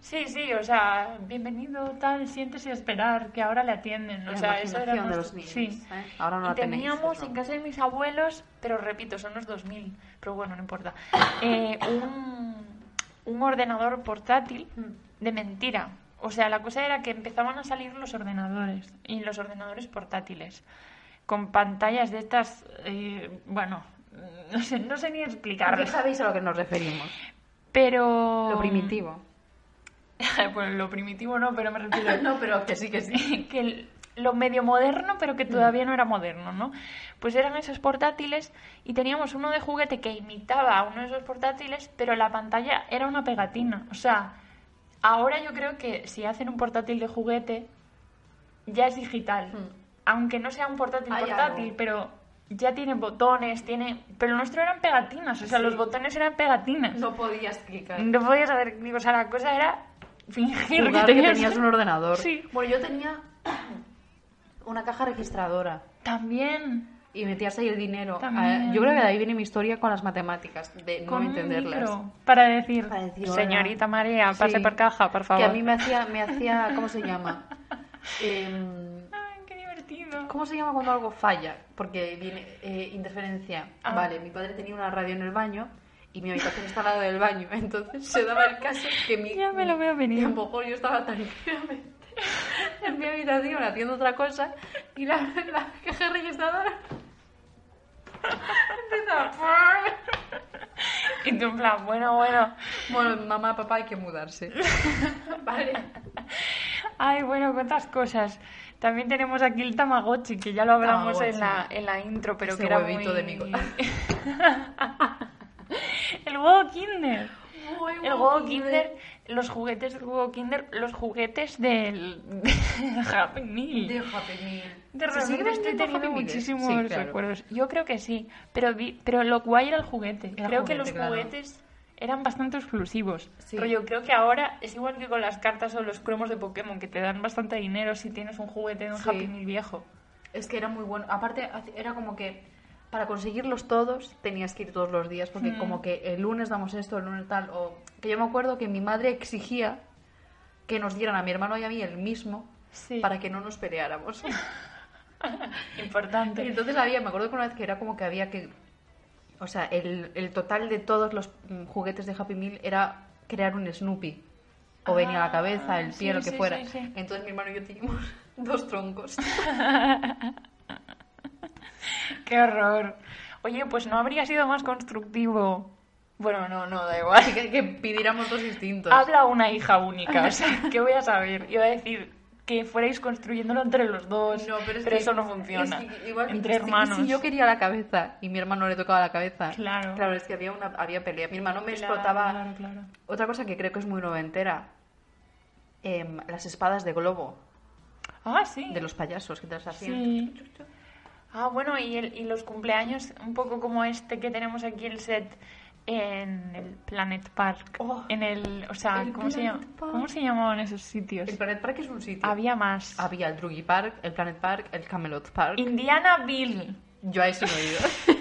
S2: sí, sí, o sea, bienvenido, tal, siéntese a esperar, que ahora le atienden. O
S1: La
S2: sea, eso era.
S1: imaginación de
S2: nuestro-
S1: los niños,
S2: sí.
S1: ¿eh? Ahora no
S2: Y
S1: la tenéis,
S2: teníamos
S1: eso.
S2: en casa de mis abuelos, pero repito, son los 2000, pero bueno, no importa. eh, un, un ordenador portátil
S1: Mm.
S2: de mentira. O sea, la cosa era que empezaban a salir los ordenadores y los ordenadores portátiles con pantallas de estas, eh, bueno, no sé, no sé ni
S1: Ya
S2: explicarlo.
S1: sabéis a lo que nos referimos.
S2: Pero
S1: Lo primitivo.
S2: bueno, lo primitivo no, pero me refiero
S1: No, pero que sí, que sí.
S2: que el- lo medio moderno, pero
S1: Mm.
S2: que todavía no era moderno, ¿no? Pues eran esos portátiles y teníamos uno de juguete que imitaba a uno de esos portátiles, pero la pantalla era una pegatina. O sea, ahora yo creo que si hacen un portátil de juguete, ya es digital. Aunque no sea un portátil
S1: Mm. Hay
S2: portátil,
S1: algo.
S2: pero ya tiene botones, tiene... Pero el nuestro eran pegatinas, o sea,
S1: Sí.
S2: los botones eran pegatinas.
S1: No podías clicar.
S2: No podías saber, digo, o sea, la cosa era fingir
S1: Jugar
S2: que
S1: que
S2: tenías,
S1: tenías un ordenador.
S2: Sí.
S1: Bueno, yo tenía una caja registradora.
S2: También
S1: Y metías ahí el dinero.
S2: También.
S1: Ah, Yo creo que de ahí viene mi historia con las matemáticas, de
S2: con
S1: no
S2: un
S1: entenderlas.
S2: micro para decir,
S1: Para decir, hola.
S2: señorita María,
S1: Sí.
S2: pase por caja, por favor.
S1: Que a mí me hacía, me hacía ¿cómo se llama? Em,
S2: Ay, qué divertido.
S1: ¿Cómo se llama cuando algo falla? Porque viene eh, interferencia.
S2: Ah.
S1: Vale, mi padre tenía una radio en el baño y mi habitación está al lado del baño. Entonces se daba el caso que mi.
S2: Ya me lo veo venir.
S1: que a lo mejor yo estaba tranquilamente en mi habitación haciendo otra cosa y la, la caja registradora. empieza.
S2: Y tú en plan, bueno, bueno.
S1: Bueno, mamá, papá, hay que mudarse. Vale.
S2: Ay, bueno, cuántas cosas. También tenemos aquí el Tamagotchi, que ya lo hablamos en la,
S1: Tamagotchi.
S2: en la intro, pero
S1: Ese
S2: que era
S1: huevito
S2: muy-
S1: de mi co-
S2: el huevo Kinder. El huevo Kinder, los juguetes del huevo Kinder, los juguetes del, del Happy Meal.
S1: De Happy Meal.
S2: De
S1: ¿Se sigue
S2: repente estoy
S1: vendiendo
S2: teniendo
S1: Happy Meal?
S2: muchísimos
S1: Sí, claro.
S2: recuerdos. Yo creo que sí, pero, vi- pero lo guay era el juguete.
S1: Era
S2: creo que
S1: juguete,
S2: los
S1: claro.
S2: juguetes eran bastante exclusivos.
S1: Sí.
S2: Pero yo creo que ahora es igual que con las cartas o los cromos de Pokémon, que te dan bastante dinero si tienes un juguete de un
S1: Sí.
S2: Happy Meal viejo.
S1: Es que era muy bueno. Aparte, hace- era como que para conseguirlos todos tenías que ir todos los días,
S2: Hmm.
S1: porque como que el lunes damos esto, el lunes tal, o que yo me acuerdo que mi madre exigía que nos dieran a mi hermano y a mí el mismo
S2: Sí.
S1: para que no nos peleáramos. Y
S2: Importante.
S1: entonces había, me acuerdo que una vez que era como que había que, o sea, el, el total de todos los mm, juguetes de Happy Meal era crear un Snoopy. O venía la cabeza, el pie,
S2: Ah, sí,
S1: lo que
S2: sí,
S1: fuera.
S2: sí, sí.
S1: Entonces mi hermano y yo teníamos dos troncos.
S2: Qué horror. Oye, pues no habría sido más constructivo. Bueno, no, no, da igual.
S1: Así que, que pidiéramos dos distintos.
S2: Habla una hija única, o sea, ¿qué voy a saber? Iba a decir que fuerais construyéndolo entre los dos,
S1: No, pero, es que-
S2: eso no funciona.
S1: es que igual-
S2: entre
S1: es que-
S2: hermanos.
S1: Si yo quería la cabeza y mi hermano le tocaba la cabeza.
S2: Claro.
S1: Claro, es que había una había pelea. Mi hermano me
S2: Claro,
S1: explotaba.
S2: claro, claro.
S1: Otra cosa que creo que es muy noventera. em, las espadas de globo
S2: Ah, sí.
S1: de los payasos que te las hacían.
S2: Sí. Ah, bueno, y, el- y los cumpleaños, un poco como este que tenemos aquí el set en el Planet Park.
S1: Oh,
S2: en el, o sea,
S1: el
S2: ¿cómo, se
S1: Planet
S2: llama-
S1: Park.
S2: ¿cómo se llamaban esos sitios?
S1: El Planet Park es un sitio.
S2: Había más.
S1: Había el Druggy Park, el Planet Park, el Camelot Park.
S2: Indiana Bill.
S1: Yo ahí sí me he ido.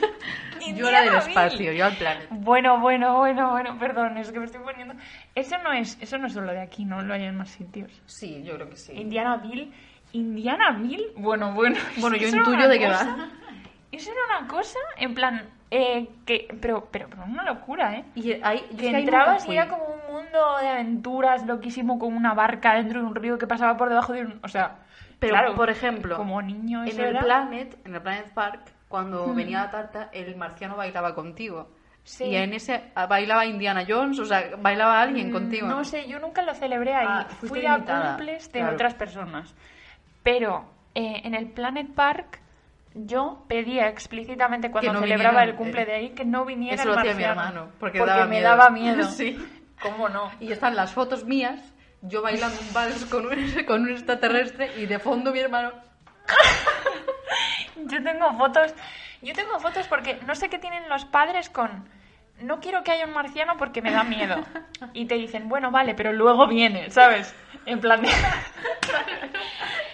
S1: yo era del
S2: Indiana Bill.
S1: espacio, yo al Planet.
S2: Bueno, bueno, bueno, bueno, perdón, es que me estoy poniendo. Eso no es, eso no es solo de aquí, no lo hay en más sitios.
S1: Sí, yo creo que sí.
S2: Indianaville, Indianaville, bueno, bueno.
S1: Bueno, yo
S2: eso era
S1: intuyo
S2: una
S1: de qué
S2: cosa-
S1: va.
S2: Eso era una cosa, en plan, eh, que, pero, pero, pero una locura, ¿eh?
S1: Y ahí, yo es
S2: Que
S1: ahí nunca
S2: entrabas y
S1: fui.
S2: era como un mundo de aventuras loquísimo con una barca dentro de un río que pasaba por debajo de un, o sea,
S1: Pero,
S2: claro,
S1: por ejemplo,
S2: como niño
S1: en
S2: eso
S1: el
S2: era-
S1: Planet, en el Planet Park, cuando venía la tarta, el marciano bailaba contigo.
S2: Sí.
S1: Y en ese ah, bailaba Indiana Jones, o sea, bailaba alguien contigo.
S2: Mm, No sé, yo nunca lo celebré ahí.
S1: Ah, fuiste
S2: Fui a
S1: invitada,
S2: cumples de
S1: claro.
S2: otras personas. Pero eh, en el Planet Park yo pedía explícitamente cuando
S1: Que no
S2: celebraba
S1: vinieran, eh,
S2: el cumple de ahí que no viniera
S1: eso
S2: el
S1: lo hacía mi
S2: marciano,
S1: hermano, porque daba
S2: me
S1: miedo.
S2: daba miedo.
S1: Sí.
S2: ¿Cómo no?
S1: Y están las fotos mías, yo bailando un vals con un, con un extraterrestre y de fondo mi hermano.
S2: Yo tengo fotos, yo tengo fotos porque no sé qué tienen los padres con no quiero que haya un marciano porque me da miedo. Y te dicen, bueno, vale, pero luego viene, ¿sabes? En plan de...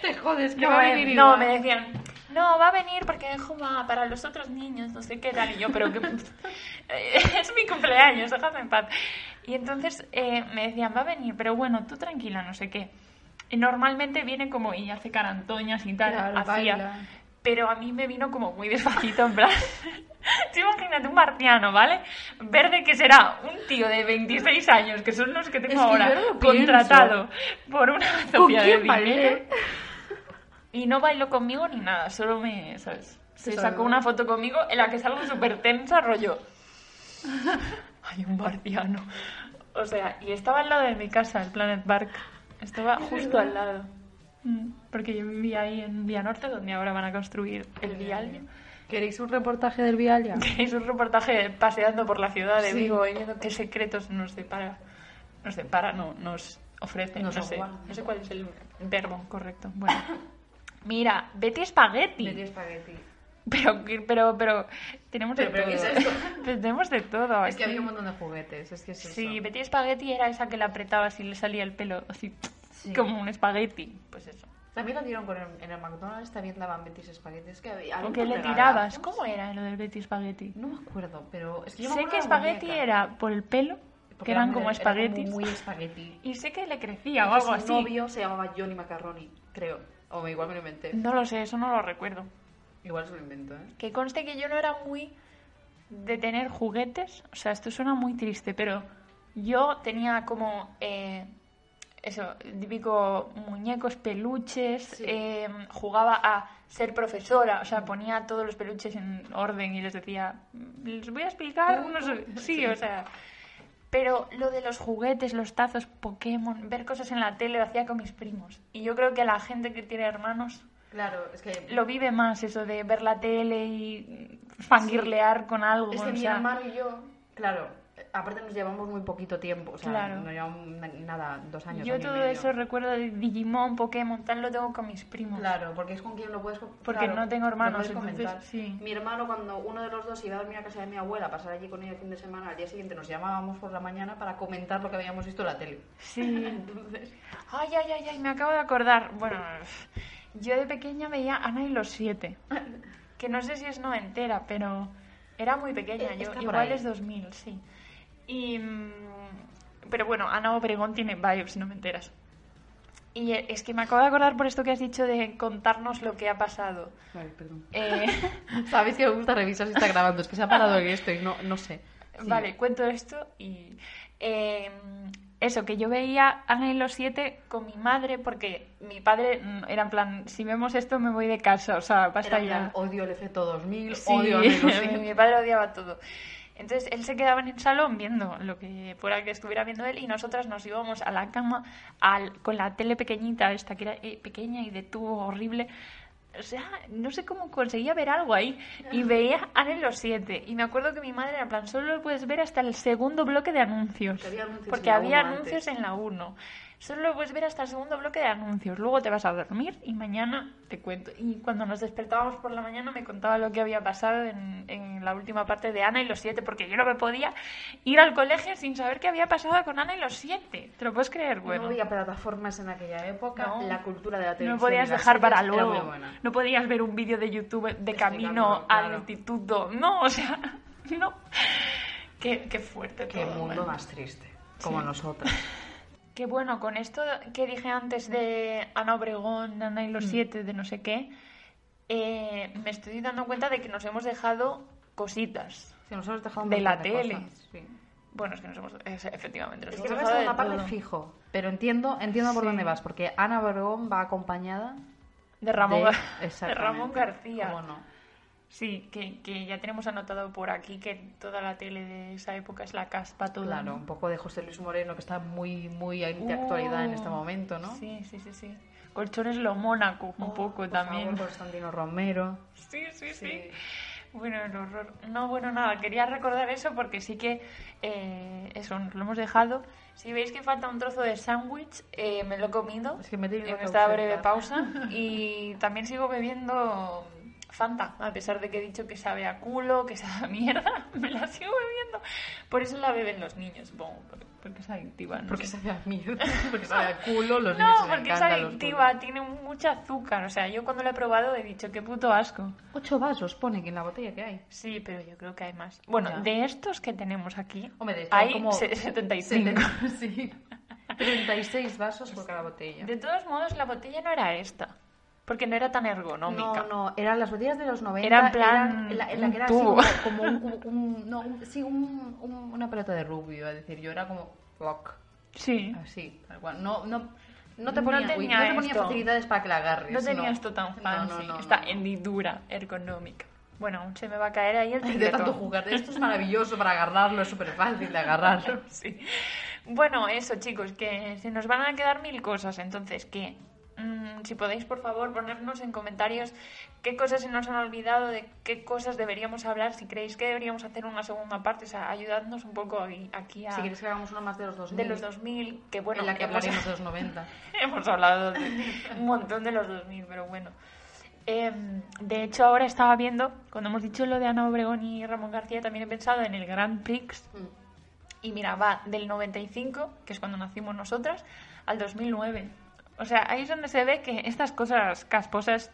S1: Te jodes, que
S2: No,
S1: va a
S2: eh,
S1: venir
S2: no,
S1: igual".
S2: me decían, no, va a venir porque Joma, para los otros niños, no sé qué tal. Y yo, pero que es mi cumpleaños, déjame en paz. Y entonces eh, me decían, va a venir, pero bueno, tú tranquila, no sé qué. Y normalmente viene como y hace carantoñas y tal,
S1: Claro,
S2: hacía.
S1: baila.
S2: Pero a mí me vino como muy despacito, en plan. Tú imagínate un marciano, ¿vale? Verde que será un tío de 26 años, que son los que tengo
S1: Es que
S2: ahora,
S1: yo lo pienso.
S2: contratado por una
S1: ¿Con
S2: Sofía de
S1: quién
S2: dinero.
S1: bailé?
S2: Y no bailó conmigo ni nada, solo me, ¿sabes? Se
S1: Sí,
S2: sacó
S1: solo-
S2: una foto conmigo en la que salgo súper tensa, rollo. Hay un marciano. O sea, y estaba al lado de mi casa, el Planet Park. Estaba justo al lado. Mm, Porque yo vivía ahí en Vía Norte, donde ahora van a construir el Vialia.
S1: ¿Queréis un reportaje del Vialia?
S2: Es un reportaje paseando por la ciudad de
S1: Sí.
S2: Vigo y viendo qué secretos nos depara. Nos depara, no, nos ofrece.
S1: Nos
S2: no, sé,
S1: aguarda.
S2: no sé cuál es el verbo correcto. Bueno. Mira, Betty Spaghetti.
S1: espagueti.
S2: Pues Pero, pero, pero, tenemos
S1: Pero,
S2: de
S1: pero, ¿qué
S2: todo.
S1: es eso?
S2: Pero tenemos de todo.
S1: Es que
S2: aquí.
S1: había un montón de juguetes, es que es
S2: Sí,
S1: eso.
S2: Betty Spaghetti era esa que la apretabas y le salía el pelo así,
S1: Sí.
S2: como un espagueti. Pues eso.
S1: También la dieron con el- en el McDonald's, también daban Betis espaguetes. Que había,
S2: ¿O qué le tirabas? ¿Cómo era lo del Betty Spaghetti?
S1: No me acuerdo, pero es que yo me
S2: sé
S1: acuerdo
S2: que
S1: de la
S2: espagueti
S1: muñeca,
S2: era por el pelo,
S1: porque
S2: que
S1: era
S2: eran
S1: muy-
S2: como
S1: era como
S2: espaguetis.
S1: muy espagueti.
S2: Y sé que le crecía o algo
S1: Su
S2: así.
S1: novio se llamaba Johnny Macaroni, creo. O me- igual me lo inventé.
S2: No lo sé, eso no lo recuerdo.
S1: Igual se lo invento, ¿eh?
S2: Que conste que yo no era muy de tener juguetes. O sea, esto suena muy triste, pero yo tenía como. eh, eso, típico muñecos, peluches. eh, jugaba a ser profesora. O sea, ponía todos los peluches en orden y les decía. Les voy a explicar. no sé". Sí, o sea. Pero lo de los juguetes, los tazos, Pokémon, ver cosas en la tele lo hacía con mis primos. Y yo creo que la gente que tiene hermanos
S1: Claro, es que
S2: lo vive más eso de ver la tele y fangirlear con algo.
S1: Es
S2: o
S1: que mi
S2: sea,
S1: hermano y yo, claro, eh, aparte nos llevamos muy poquito tiempo, o sea,
S2: Claro.
S1: no llevamos na- nada, dos años.
S2: yo
S1: año y
S2: todo
S1: medio.
S2: eso recuerdo de Digimon, Pokémon, tal lo tengo con mis primos.
S1: Claro, porque es con quien lo puedes co-
S2: Porque
S1: claro,
S2: no tengo
S1: lo
S2: hermanos,
S1: puedes
S2: entonces,
S1: comentar.
S2: sí.
S1: Mi hermano, cuando uno de los dos iba a dormir a casa de mi abuela, a pasar allí con ella el fin de semana, al día siguiente nos llamábamos por la mañana para comentar lo que habíamos visto en la tele.
S2: Sí. Ay, ay, ay, ay, me acabo de acordar. Bueno, yo de pequeña veía Ana y los siete. Que no sé si es noventera, pero era muy pequeña.
S1: Eh,
S2: Yo,
S1: está por
S2: igual
S1: ahí.
S2: es 2000, sí. Y, mm, pero bueno, Ana Obregón tiene vibes noventeras. Y eh, es que me acabo de acordar por esto que has dicho de contarnos lo que ha pasado.
S1: Vale, perdón.
S2: Eh,
S1: Sabéis que me gusta revisar si está grabando, es que se ha parado en esto y no, no sé. Sí.
S2: Vale, cuento esto y... eh, eso, que yo veía Ana y los siete con mi madre porque mi padre mm, era en plan, si vemos esto me voy de casa, o sea,
S1: Era
S2: basta
S1: en plan,
S2: ya.
S1: Odio el F2000,
S2: Sí,
S1: odio el
S2: mi padre odiaba todo. Entonces él se quedaba en el salón viendo lo que fuera que estuviera viendo él y nosotras nos íbamos a la cama al, con la tele pequeñita, esta que era eh, pequeña y de tubo horrible. O sea, no sé cómo conseguía ver algo ahí.
S1: Ah.
S2: Y veía Ana en los siete. Y me acuerdo que mi madre era en plan, solo lo puedes ver hasta el segundo bloque de anuncios.
S1: Que había anuncios
S2: porque
S1: en la
S2: había
S1: uno antes.
S2: anuncios en la 1. Solo lo puedes ver hasta el segundo bloque de anuncios. Luego te vas a dormir y mañana te cuento. Y cuando nos despertábamos por la mañana me contaba lo que había pasado en, en la última parte de Ana y los siete, porque yo no me podía ir al colegio sin saber qué había pasado con Ana y los siete. ¿Te lo puedes creer? Bueno.
S1: No había plataformas en aquella época,
S2: No.
S1: la cultura de la televisión.
S2: No
S1: y
S2: podías
S1: las
S2: dejar para
S1: series era muy
S2: luego.
S1: buena.
S2: No podías ver un vídeo de YouTube de
S1: Este
S2: camino
S1: camino,
S2: al
S1: claro.
S2: instituto. No, o sea, no. Qué, qué fuerte
S1: Qué
S2: todo, ¿eh?
S1: mundo
S2: bueno.
S1: más triste, como nosotras.
S2: Que bueno, con esto que dije antes de Ana Obregón, de Ana y los
S1: Mm.
S2: siete, de no sé qué, eh, me estoy dando cuenta de que nos hemos dejado cositas.
S1: Sí, nosotros dejamos
S2: De la
S1: bastante
S2: tele.
S1: cosas, sí.
S2: Bueno, es que nos hemos... o sea, efectivamente, nos
S1: Es que creo
S2: hemos
S1: que
S2: dejado
S1: es
S2: de
S1: una parte
S2: todo.
S1: fijo, pero entiendo, entiendo por dónde vas, porque Ana Obregón va acompañada
S2: De Ramón,
S1: de-
S2: Gar- de
S1: exactamente,
S2: Ramón García.
S1: ¿Cómo no?
S2: Sí, que, que ya tenemos anotado por aquí que toda la tele de esa época es la caspa toda.
S1: Claro, un poco de José Luis Moreno, que está muy, muy de actualidad en este momento, ¿no?
S2: Uh, Sí, sí, sí, sí. Colchones lo Mónaco, un
S1: Oh,
S2: poco
S1: por
S2: también.
S1: favor, Constantino Romero.
S2: Sí, sí, sí,
S1: Sí.
S2: Bueno, el horror. No, bueno, nada, quería recordar eso porque sí que eh, eso nos lo hemos dejado. Si veis que falta un trozo de sándwich, eh, me lo he comido
S1: Es que me he tenido
S2: en
S1: que
S2: esta
S1: ausentar.
S2: breve pausa y también sigo bebiendo Fanta, a pesar de que he dicho que sabe a culo, que sabe a mierda, me la sigo bebiendo. Por eso la beben los niños, supongo, porque- porque es adictiva. No
S1: Porque
S2: sé.
S1: sabe a mierda, porque sabe a culo, los niños
S2: No,
S1: les
S2: porque es
S1: encantan los
S2: adictiva, tiene mucha azúcar. O sea, yo cuando lo he probado he dicho, qué puto asco.
S1: culos. Ocho vasos ponen en la botella que hay.
S2: Sí, pero yo creo que hay más. Bueno,
S1: Ya.
S2: de estos que tenemos aquí,
S1: Hombre, de hecho,
S2: hay
S1: como
S2: se- 75.
S1: 70, sí. 36 vasos por cada botella.
S2: De todos modos, la botella no era esta, porque no era tan ergonómica.
S1: No, no, eran las botellas de los 90.
S2: Era en plan
S1: eran la, en la
S2: un
S1: que era así
S2: tubo.
S1: como- como un, cubo- un- no, un- sí, un- un- una pelota de rubio. Es decir, yo era como block,
S2: Sí.
S1: así, tal cual. No, no, no te
S2: No
S1: ponía, uy,
S2: tenía
S1: no te ponía
S2: esto.
S1: facilidades para que la agarres.
S2: No tenía esto tan
S1: No,
S2: fancy,
S1: no, no,
S2: esta
S1: no.
S2: hendidura ergonómica. Bueno, aún se me va a caer ahí el
S1: De tanto
S2: tigretón.
S1: jugar. Esto es maravilloso para agarrarlo, es súper fácil de agarrarlo.
S2: Sí. Bueno, eso chicos, que se nos van a quedar mil cosas, entonces que mm, si podéis por favor ponernos en comentarios qué cosas se nos han olvidado, de qué cosas deberíamos hablar, si creéis que deberíamos hacer una segunda parte, o sea, ayudadnos un poco ahí- aquí a...
S1: Si quieres que hagamos uno más de los 2000.
S2: de los 2000, que bueno,
S1: en la que
S2: hemos,
S1: hablaremos de los 90.
S2: hemos hablado de un montón de los 2000, pero bueno. Em, de hecho, ahora estaba viendo, cuando hemos dicho lo de Ana Obregón y Ramón García, también he pensado en el Grand Prix
S1: Mm.
S2: y mira, va del 95, que es cuando nacimos nosotras, al 2009. O sea, ahí es donde se ve que estas cosas casposas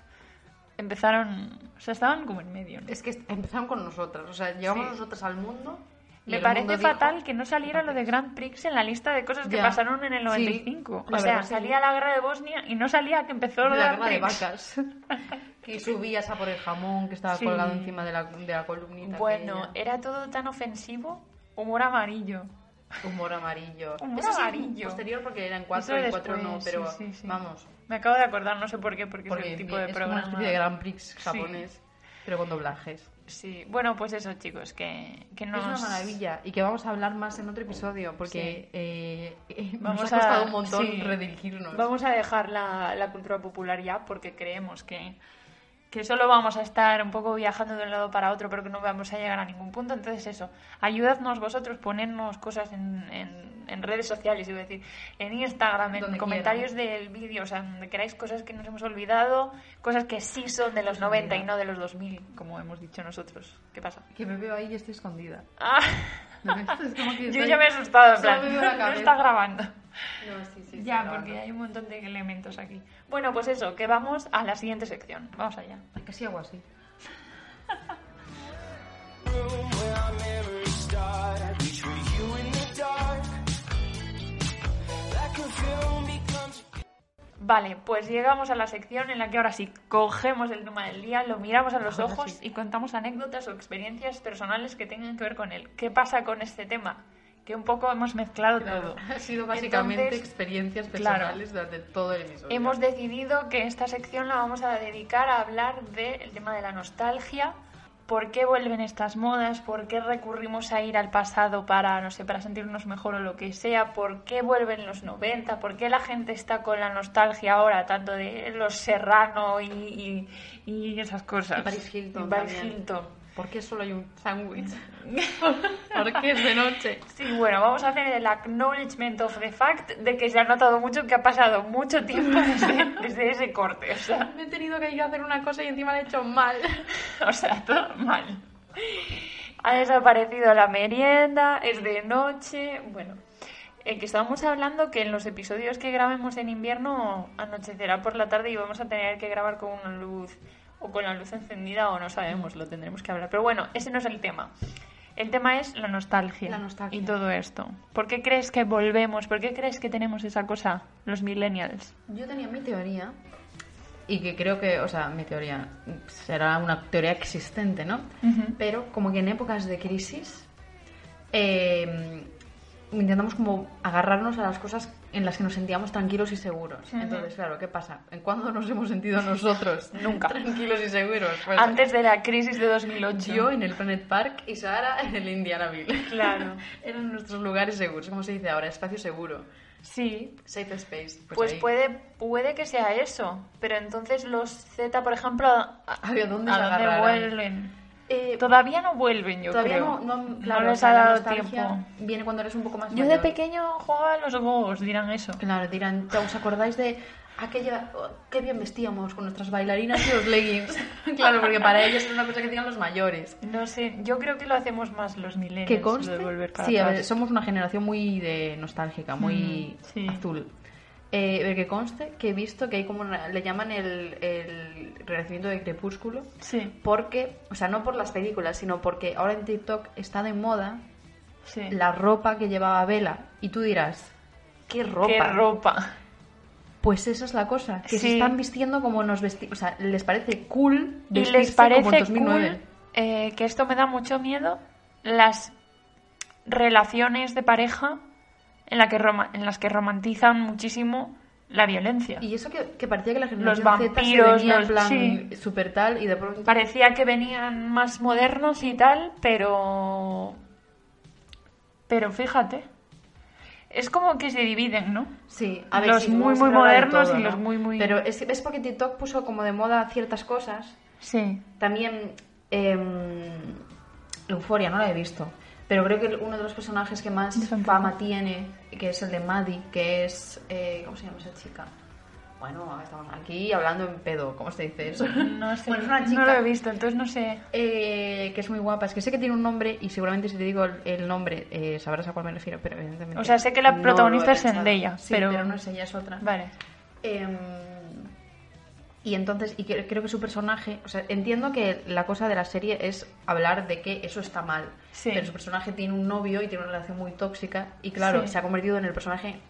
S2: empezaron, o sea, estaban como en medio. ¿no?
S1: Es que empezaron con nosotras, o sea, llevamos
S2: Sí.
S1: nosotras al mundo. y
S2: Me
S1: el
S2: parece
S1: mundo dijo-
S2: fatal que no saliera lo de Grand Prix en la lista de cosas que
S1: Ya.
S2: pasaron en el
S1: Sí,
S2: 95.
S1: la
S2: o sea,
S1: verdad, sí.
S2: salía la guerra de Bosnia y no salía que empezó el
S1: la
S2: Grand
S1: guerra de
S2: Prix.
S1: vacas. que subías a por el jamón que estaba
S2: Sí.
S1: colgado encima de la, de la columnita.
S2: Bueno,
S1: aquella.
S2: era todo tan ofensivo. Humor amarillo.
S1: eh. humor amarillo.
S2: Humor
S1: Eso sí,
S2: amarillo.
S1: posterior porque eran
S2: Eso
S1: cuatro y cuatro
S2: después,
S1: no,
S2: sí,
S1: pero
S2: sí, sí.
S1: vamos.
S2: Me acabo de acordar, no sé por qué, porque,
S1: Porque
S2: es el
S1: es,
S2: tipo de
S1: como
S2: programa.
S1: una especie de Grand Prix
S2: Sí.
S1: japonés, pero con doblajes.
S2: Sí, bueno, pues eso, chicos, que, que nos...
S1: Es una maravilla y que vamos a hablar más en otro episodio porque eh, eh,
S2: Vamos
S1: nos ha costado
S2: a-
S1: un montón
S2: sí.
S1: redirigirnos.
S2: Vamos a dejar la, la cultura popular ya porque creemos que, que solo vamos a estar un poco viajando de un lado para otro, pero que no vamos a llegar a ningún punto. Entonces, eso, ayudadnos vosotros, ponernos cosas en, en- en redes sociales, iba a decir, en Instagram, en
S1: Donde
S2: comentarios del vídeo, o sea, donde queráis cosas que nos hemos olvidado, cosas que sí son de los 90 y no de los 2000, como hemos dicho nosotros. ¿Qué pasa?
S1: Que me veo ahí y estoy escondida.
S2: Ah,
S1: No, esto es como que
S2: yo
S1: estoy-
S2: ya me he asustado, en
S1: solo
S2: plan,
S1: me veo la
S2: no
S1: cabeza.
S2: está grabando.
S1: No, sí, sí,
S2: Ya,
S1: sí,
S2: porque
S1: grabando.
S2: hay un montón de elementos aquí. Bueno, pues eso, que vamos a la siguiente sección. Vamos allá.
S1: Casi hago así.
S3: room where our memories start. Reach for you in the dark. Like a film becomes
S2: Vale, pues llegamos a la sección en la que ahora sí cogemos el tema del día, lo miramos a los
S1: Ahora
S2: ojos
S1: sí.
S2: y contamos anécdotas o experiencias personales que tengan que ver con él. ¿Qué pasa con este tema? Que un poco hemos mezclado todo.
S1: Ha sido básicamente
S2: Entonces,
S1: experiencias
S2: claro.
S1: personales durante todo el episodio.
S2: Hemos decidido que esta sección la vamos a dedicar a hablar del tema de la nostalgia, por qué vuelven estas modas, por qué recurrimos a ir al pasado para, no sé, para sentirnos mejor o lo que sea, por qué vuelven los 90, por qué la gente está con la nostalgia ahora, tanto de los Serrano y, y- y esas cosas.
S1: Y Paris Hilton
S2: Y Paris
S1: también.
S2: Hilton.
S1: ¿Por qué solo hay un sándwich? ¿Por qué es de noche?
S2: Sí, bueno, vamos a hacer el acknowledgement of the fact de que se ha notado mucho que ha pasado mucho tiempo desde, desde ese corte. O sea,
S1: Me he tenido que ir a hacer una cosa y encima la he hecho mal.
S2: O sea, todo mal. Ha desaparecido la merienda, es de noche. Bueno, eh, que estábamos hablando que en los episodios que grabemos en invierno anochecerá por la tarde y vamos a tener que grabar con una luz o con la luz encendida o no sabemos, lo tendremos que hablar. Pero bueno, ese no es el tema. El tema es la nostalgia,
S1: La nostalgia.
S2: y todo esto. ¿Por qué crees que volvemos? ¿Por qué crees que tenemos esa cosa, los millennials?
S1: Yo tenía mi teoría y que creo que, o sea, mi teoría será una teoría existente, ¿no? Pero como que en épocas de crisis eh, intentamos como agarrarnos a las cosas en las que nos sentíamos tranquilos y seguros. Entonces, claro, ¿qué pasa? ¿En cuándo nos hemos sentido nosotros
S2: Nunca.
S1: tranquilos y seguros? Pues
S2: Antes de la crisis de 2008.
S1: yo en el Planet Park y Sara en el Indianaville.
S2: Claro.
S1: Eran nuestros lugares seguros, como se dice ahora, espacio seguro,
S2: Sí.
S1: safe space. Pues,
S2: Pues
S1: ahí.
S2: puede, puede que sea eso, pero entonces los Z, por ejemplo, ¿a,
S1: A ver, ¿dónde
S2: a
S1: se agarrarán?
S2: vuelven?
S1: Eh,
S2: Todavía no vuelven, yo
S1: Todavía
S2: creo.
S1: no, no, claro, o
S2: les
S1: sea,
S2: ha
S1: la
S2: dado
S1: nostalgia
S2: tiempo.
S1: Viene cuando eres un poco más
S2: Yo de
S1: mayor.
S2: pequeño jugaba a los gogos, dirán eso.
S1: Claro, dirán, "¿Te- ¿os acordáis de aquella. oh, qué bien vestíamos con nuestras bailarinas y los leggings? claro, porque para ellos era una cosa que hacían los mayores.
S2: No sé, yo creo que lo hacemos más los milenios.
S1: ¿Qué
S2: lo
S1: conste?
S2: de volver para
S1: sí, a
S2: atrás.
S1: ver, somos una generación muy de nostálgica, muy
S2: Mm, sí.
S1: azul. Eh, pero que conste que he visto que hay como una- le llaman el, el renacimiento de crepúsculo.
S2: Sí,
S1: Porque, o sea, no por las películas, sino porque ahora en TikTok está de moda
S2: sí.
S1: la ropa que llevaba Vela. Y tú dirás, ¿qué ropa?
S2: Qué ropa.
S1: Pues esa es la cosa, que se
S2: Sí.
S1: están vistiendo como nos vestimos. O sea, les parece cool
S2: Y
S1: vestirse
S2: les parece
S1: como en 2009.
S2: cool, eh, que esto me da mucho miedo, las relaciones de pareja en, la que roma- en las que romantizan muchísimo la violencia.
S1: Y eso que, que parecía que la
S2: Los
S1: generación Z se
S2: vampiros,
S1: venía
S2: los-
S1: en plan
S2: sí.
S1: super tal y de pronto...
S2: Parecía que venían más modernos y tal, pero... Pero fíjate, es como que se dividen, ¿no?
S1: Sí, a ver,
S2: Los
S1: sí,
S2: muy,
S1: se habla
S2: muy
S1: de
S2: modernos
S1: todo,
S2: y
S1: ¿no?
S2: los muy, muy-
S1: Pero es, es porque TikTok puso como de moda ciertas cosas.
S2: Sí.
S1: También... Eh, Euforia, no la he visto. Pero creo que uno de los personajes que más
S2: Yo tampoco.
S1: fama tiene, que es el de Maddie, que es... eh, ¿Cómo se llama esa chica? Bueno, estamos aquí hablando en pedo. ¿Cómo se dice eso?
S2: No sé,
S1: Bueno, es Pues una chica.
S2: no lo he visto, entonces no sé.
S1: Eh, que es muy guapa. Es que sé que tiene un nombre y seguramente si te digo el, el nombre eh, sabrás a cuál me refiero, pero evidentemente.
S2: O sea, sé que la protagonista
S1: lo he
S2: es
S1: pensado.
S2: Zendaya,
S1: Sí,
S2: pero-
S1: no es ella, es otra.
S2: Vale.
S1: Em, y entonces, y cre- creo que su personaje. O sea, entiendo que la cosa de la serie es hablar de que eso está mal.
S2: Sí.
S1: Pero su personaje tiene un novio y tiene una relación muy tóxica. Y claro,
S2: Sí.
S1: se ha convertido en el personaje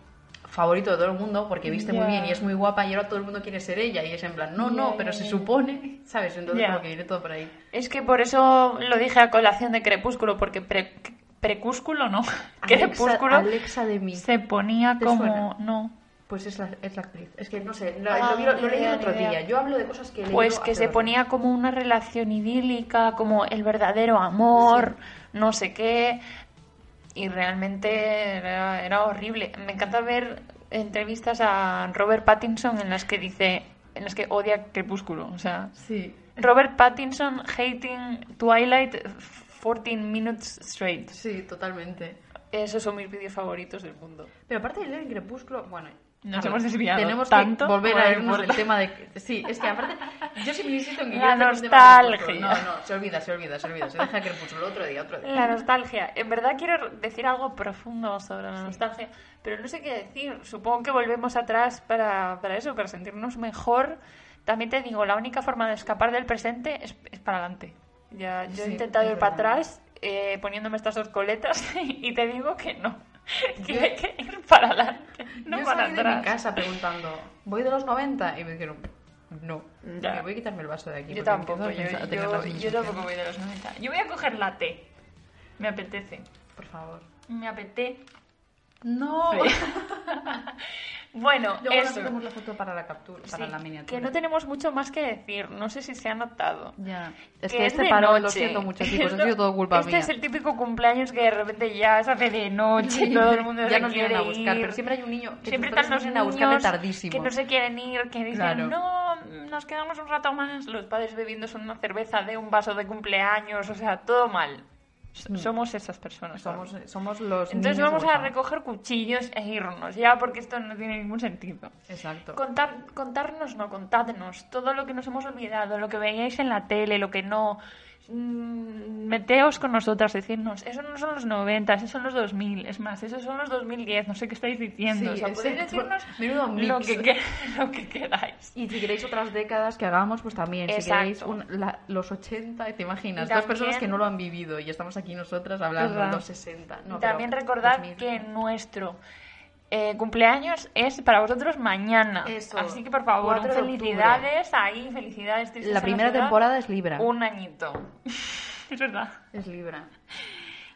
S1: favorito de todo el mundo porque viste
S2: Ya.
S1: muy bien y es muy guapa y ahora todo el mundo quiere ser ella y es en plan no
S2: Ya,
S1: no
S2: ya,
S1: pero se
S2: ya.
S1: supone sabes entonces
S2: Ya.
S1: como que viene todo por ahí
S2: Es que por eso lo dije a colación de Crepúsculo, porque pre- Precúsculo no. Crepúsculo
S1: Alexa, Alexa de mí.
S2: se ponía
S1: ¿Te
S2: como.
S1: suena?
S2: No.
S1: Pues es la, es la actriz. Es que no sé, lo,
S2: Ah,
S1: lo vi- lo
S2: ni
S1: leí
S2: idea,
S1: el otro
S2: ni idea.
S1: día. Yo hablo de cosas que leí.
S2: Pues que se ponía como una relación idílica, como el verdadero amor, no sé qué. Y realmente era, era horrible. Me encanta ver entrevistas a Robert Pattinson en las que dice. en las que odia Crepúsculo. O sea.
S1: Sí.
S2: Robert Pattinson hating Twilight 14 minutes straight.
S1: Sí, totalmente.
S2: Esos son mis vídeos favoritos del mundo.
S1: Pero aparte de leer en Crepúsculo, bueno.
S2: Nos hemos desviado
S1: Tenemos
S2: tanto,
S1: que volver
S2: bueno,
S1: a
S2: no
S1: irnos del
S2: importa.
S1: tema de. Sí, es que aparte. Yo siempre insisto en que.
S2: La
S1: yo tengo un tema con Crepúsculo.
S2: nostalgia.
S1: No, no, se olvida, se olvida, se olvida. Se deja Crepúsculo otro día, otro día.
S2: La nostalgia. En verdad quiero decir algo profundo sobre la nostalgia, pero no sé qué decir. Supongo que volvemos atrás para, para eso, para sentirnos mejor. También te digo, la única forma de escapar del presente es, es para adelante. Ya, yo he
S1: Sí,
S2: intentado
S1: es
S2: ir para
S1: verdad.
S2: atrás eh, poniéndome estas dos coletas y te digo que no. Que
S1: Yo-
S2: hay que ir para adelante, no
S1: yo
S2: para
S1: salí de mi
S2: atrás.
S1: casa preguntando, ¿voy de los 90? Y me dijeron, no.
S2: Ya.
S1: Me voy a quitarme el vaso de aquí.
S2: Yo
S1: porque
S2: tampoco, yo,
S1: empiezo a tener la
S2: yo, yo
S1: sensación.
S2: tampoco voy de los 90. Yo voy a coger la T. Me apetece.
S1: Por favor.
S2: Me apetece.
S1: No.
S2: Bueno,
S1: Luego nos
S2: eso.
S1: hacemos la foto para la captura, para
S2: Sí,
S1: la miniatura.
S2: que no tenemos mucho más que decir. No sé si se ha notado.
S1: Ya. Es
S2: Que
S1: que este
S2: de
S1: parón, lo
S2: noche.
S1: siento mucho, chicos,
S2: Esto-
S1: ha sido todo culpa
S2: este
S1: mía.
S2: es el típico cumpleaños que de repente ya se hace de noche,
S1: Sí,
S2: todo el mundo
S1: ya
S2: se
S1: nos
S2: quiere
S1: vienen a buscar,
S2: ir.
S1: pero siempre hay un niño que
S2: siempre
S1: tus padres
S2: están los
S1: vienen a buscarle
S2: niños
S1: tardísimo.
S2: que no se quieren ir, que dicen,
S1: Claro.
S2: no, nos quedamos un rato más. Los padres bebiéndose una cerveza de un vaso de cumpleaños, o sea, todo mal. S- Somos esas personas.
S1: Mm. Somos, somos los
S2: Entonces
S1: niños
S2: vamos a
S1: gusanos.
S2: recoger cuchillos e irnos, ya, porque esto no tiene ningún sentido.
S1: Exacto.
S2: Contar, contarnos, no, contadnos todo lo que nos hemos olvidado, lo que veíais en la tele, lo que no. Mm, Meteos con nosotras, decirnos, eso no son los 90, esos son los 2000, es más, esos son los 2010, no sé qué estáis diciendo.
S1: Sí,
S2: o sea, podéis
S1: exacto.
S2: decirnos
S1: Menudo mix.
S2: lo que, que- lo que queráis.
S1: Y si queréis otras décadas que hagamos, pues también. Si
S2: Exacto.
S1: queréis un- la- los 80, ¿te imaginas? Dos
S2: Y también-
S1: personas que no lo han vivido y estamos aquí nosotras hablando de
S2: Verdad.
S1: los 60. No, pero
S2: También recordad
S1: 2000.
S2: que nuestro eh, cumpleaños es para vosotros mañana.
S1: Eso,
S2: Así que por favor,
S1: 4 de octubre.
S2: felicidades ahí, felicidades. tristes
S1: La
S2: en
S1: primera
S2: ciudad.
S1: temporada es Libra.
S2: Un añito. es verdad.
S1: Es Libra.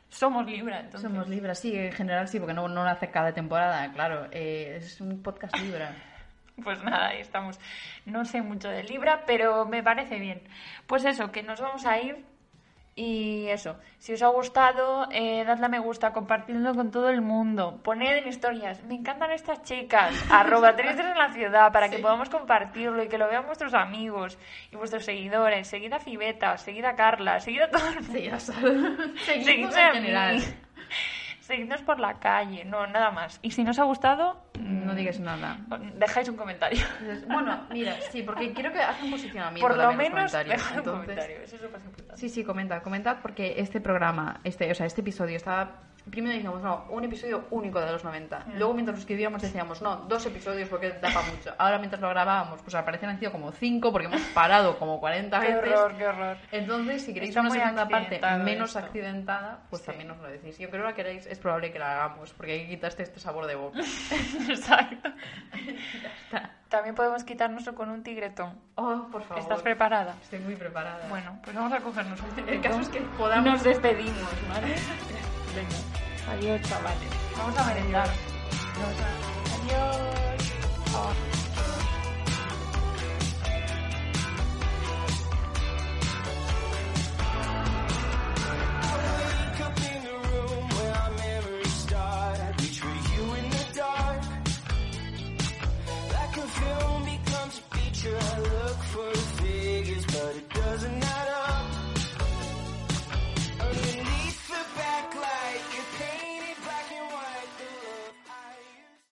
S2: somos Libra, entonces.
S1: Somos Libra, sí, en general sí, porque no, no lo hace cada temporada, claro. Eh, es un podcast Libra.
S2: Pues nada, ahí estamos. No sé mucho de Libra, pero me parece bien. Pues eso, que nos vamos a ir. Y eso, si os ha gustado, eh, dadle a me gusta, compartidlo con todo el mundo. Poned en historias, me encantan estas chicas, arroba tristes en la ciudad, para que podamos compartirlo y que lo vean vuestros amigos y vuestros seguidores. Seguid a Fibeta, seguid a Carla, seguid a todo el mundo.
S1: Sí, ya sabes. Seguimos
S2: Seguidme
S1: en
S2: a mí.
S1: general.
S2: Seguidnos por la calle, no, nada más. Y si no os ha gustado,
S1: No digas nada.
S2: dejáis un comentario.
S1: Entonces, Bueno, mira, sí, porque quiero que hagan posicionamiento.
S2: Por lo
S1: también en
S2: menos
S1: los comentarios,
S2: dejad un
S1: entonces.
S2: comentario, eso es lo más importante.
S1: Sí, sí, comentad, comentad porque este programa, este, o sea, este episodio estaba... Primero dijimos, no, un episodio único de los 90.
S2: Mm.
S1: Luego mientras lo escribíamos decíamos, no, dos episodios porque da para mucho. Ahora mientras lo grabábamos, pues aparecen han sido como cinco porque hemos parado como 40
S2: Qué
S1: veces.
S2: horror, qué horror.
S1: Entonces, si queréis
S2: Está
S1: una
S2: muy
S1: segunda parte
S2: accidentado
S1: menos
S2: esto.
S1: accidentada, pues
S2: Sí.
S1: también nos lo decís. Yo creo que la queréis, es probable que la hagamos porque ahí quitaste este sabor de boca.
S2: Exacto. También podemos quitárnoslo con un tigretón.
S1: Oh, por favor.
S2: ¿Estás preparada?
S1: Estoy muy preparada.
S2: Bueno, pues vamos a cogernos un tigretón.
S1: el caso es que podamos...
S2: Nos despedimos, ¿vale? Venga. Adiós, chavales. Vamos a merendar. Nos- Adiós.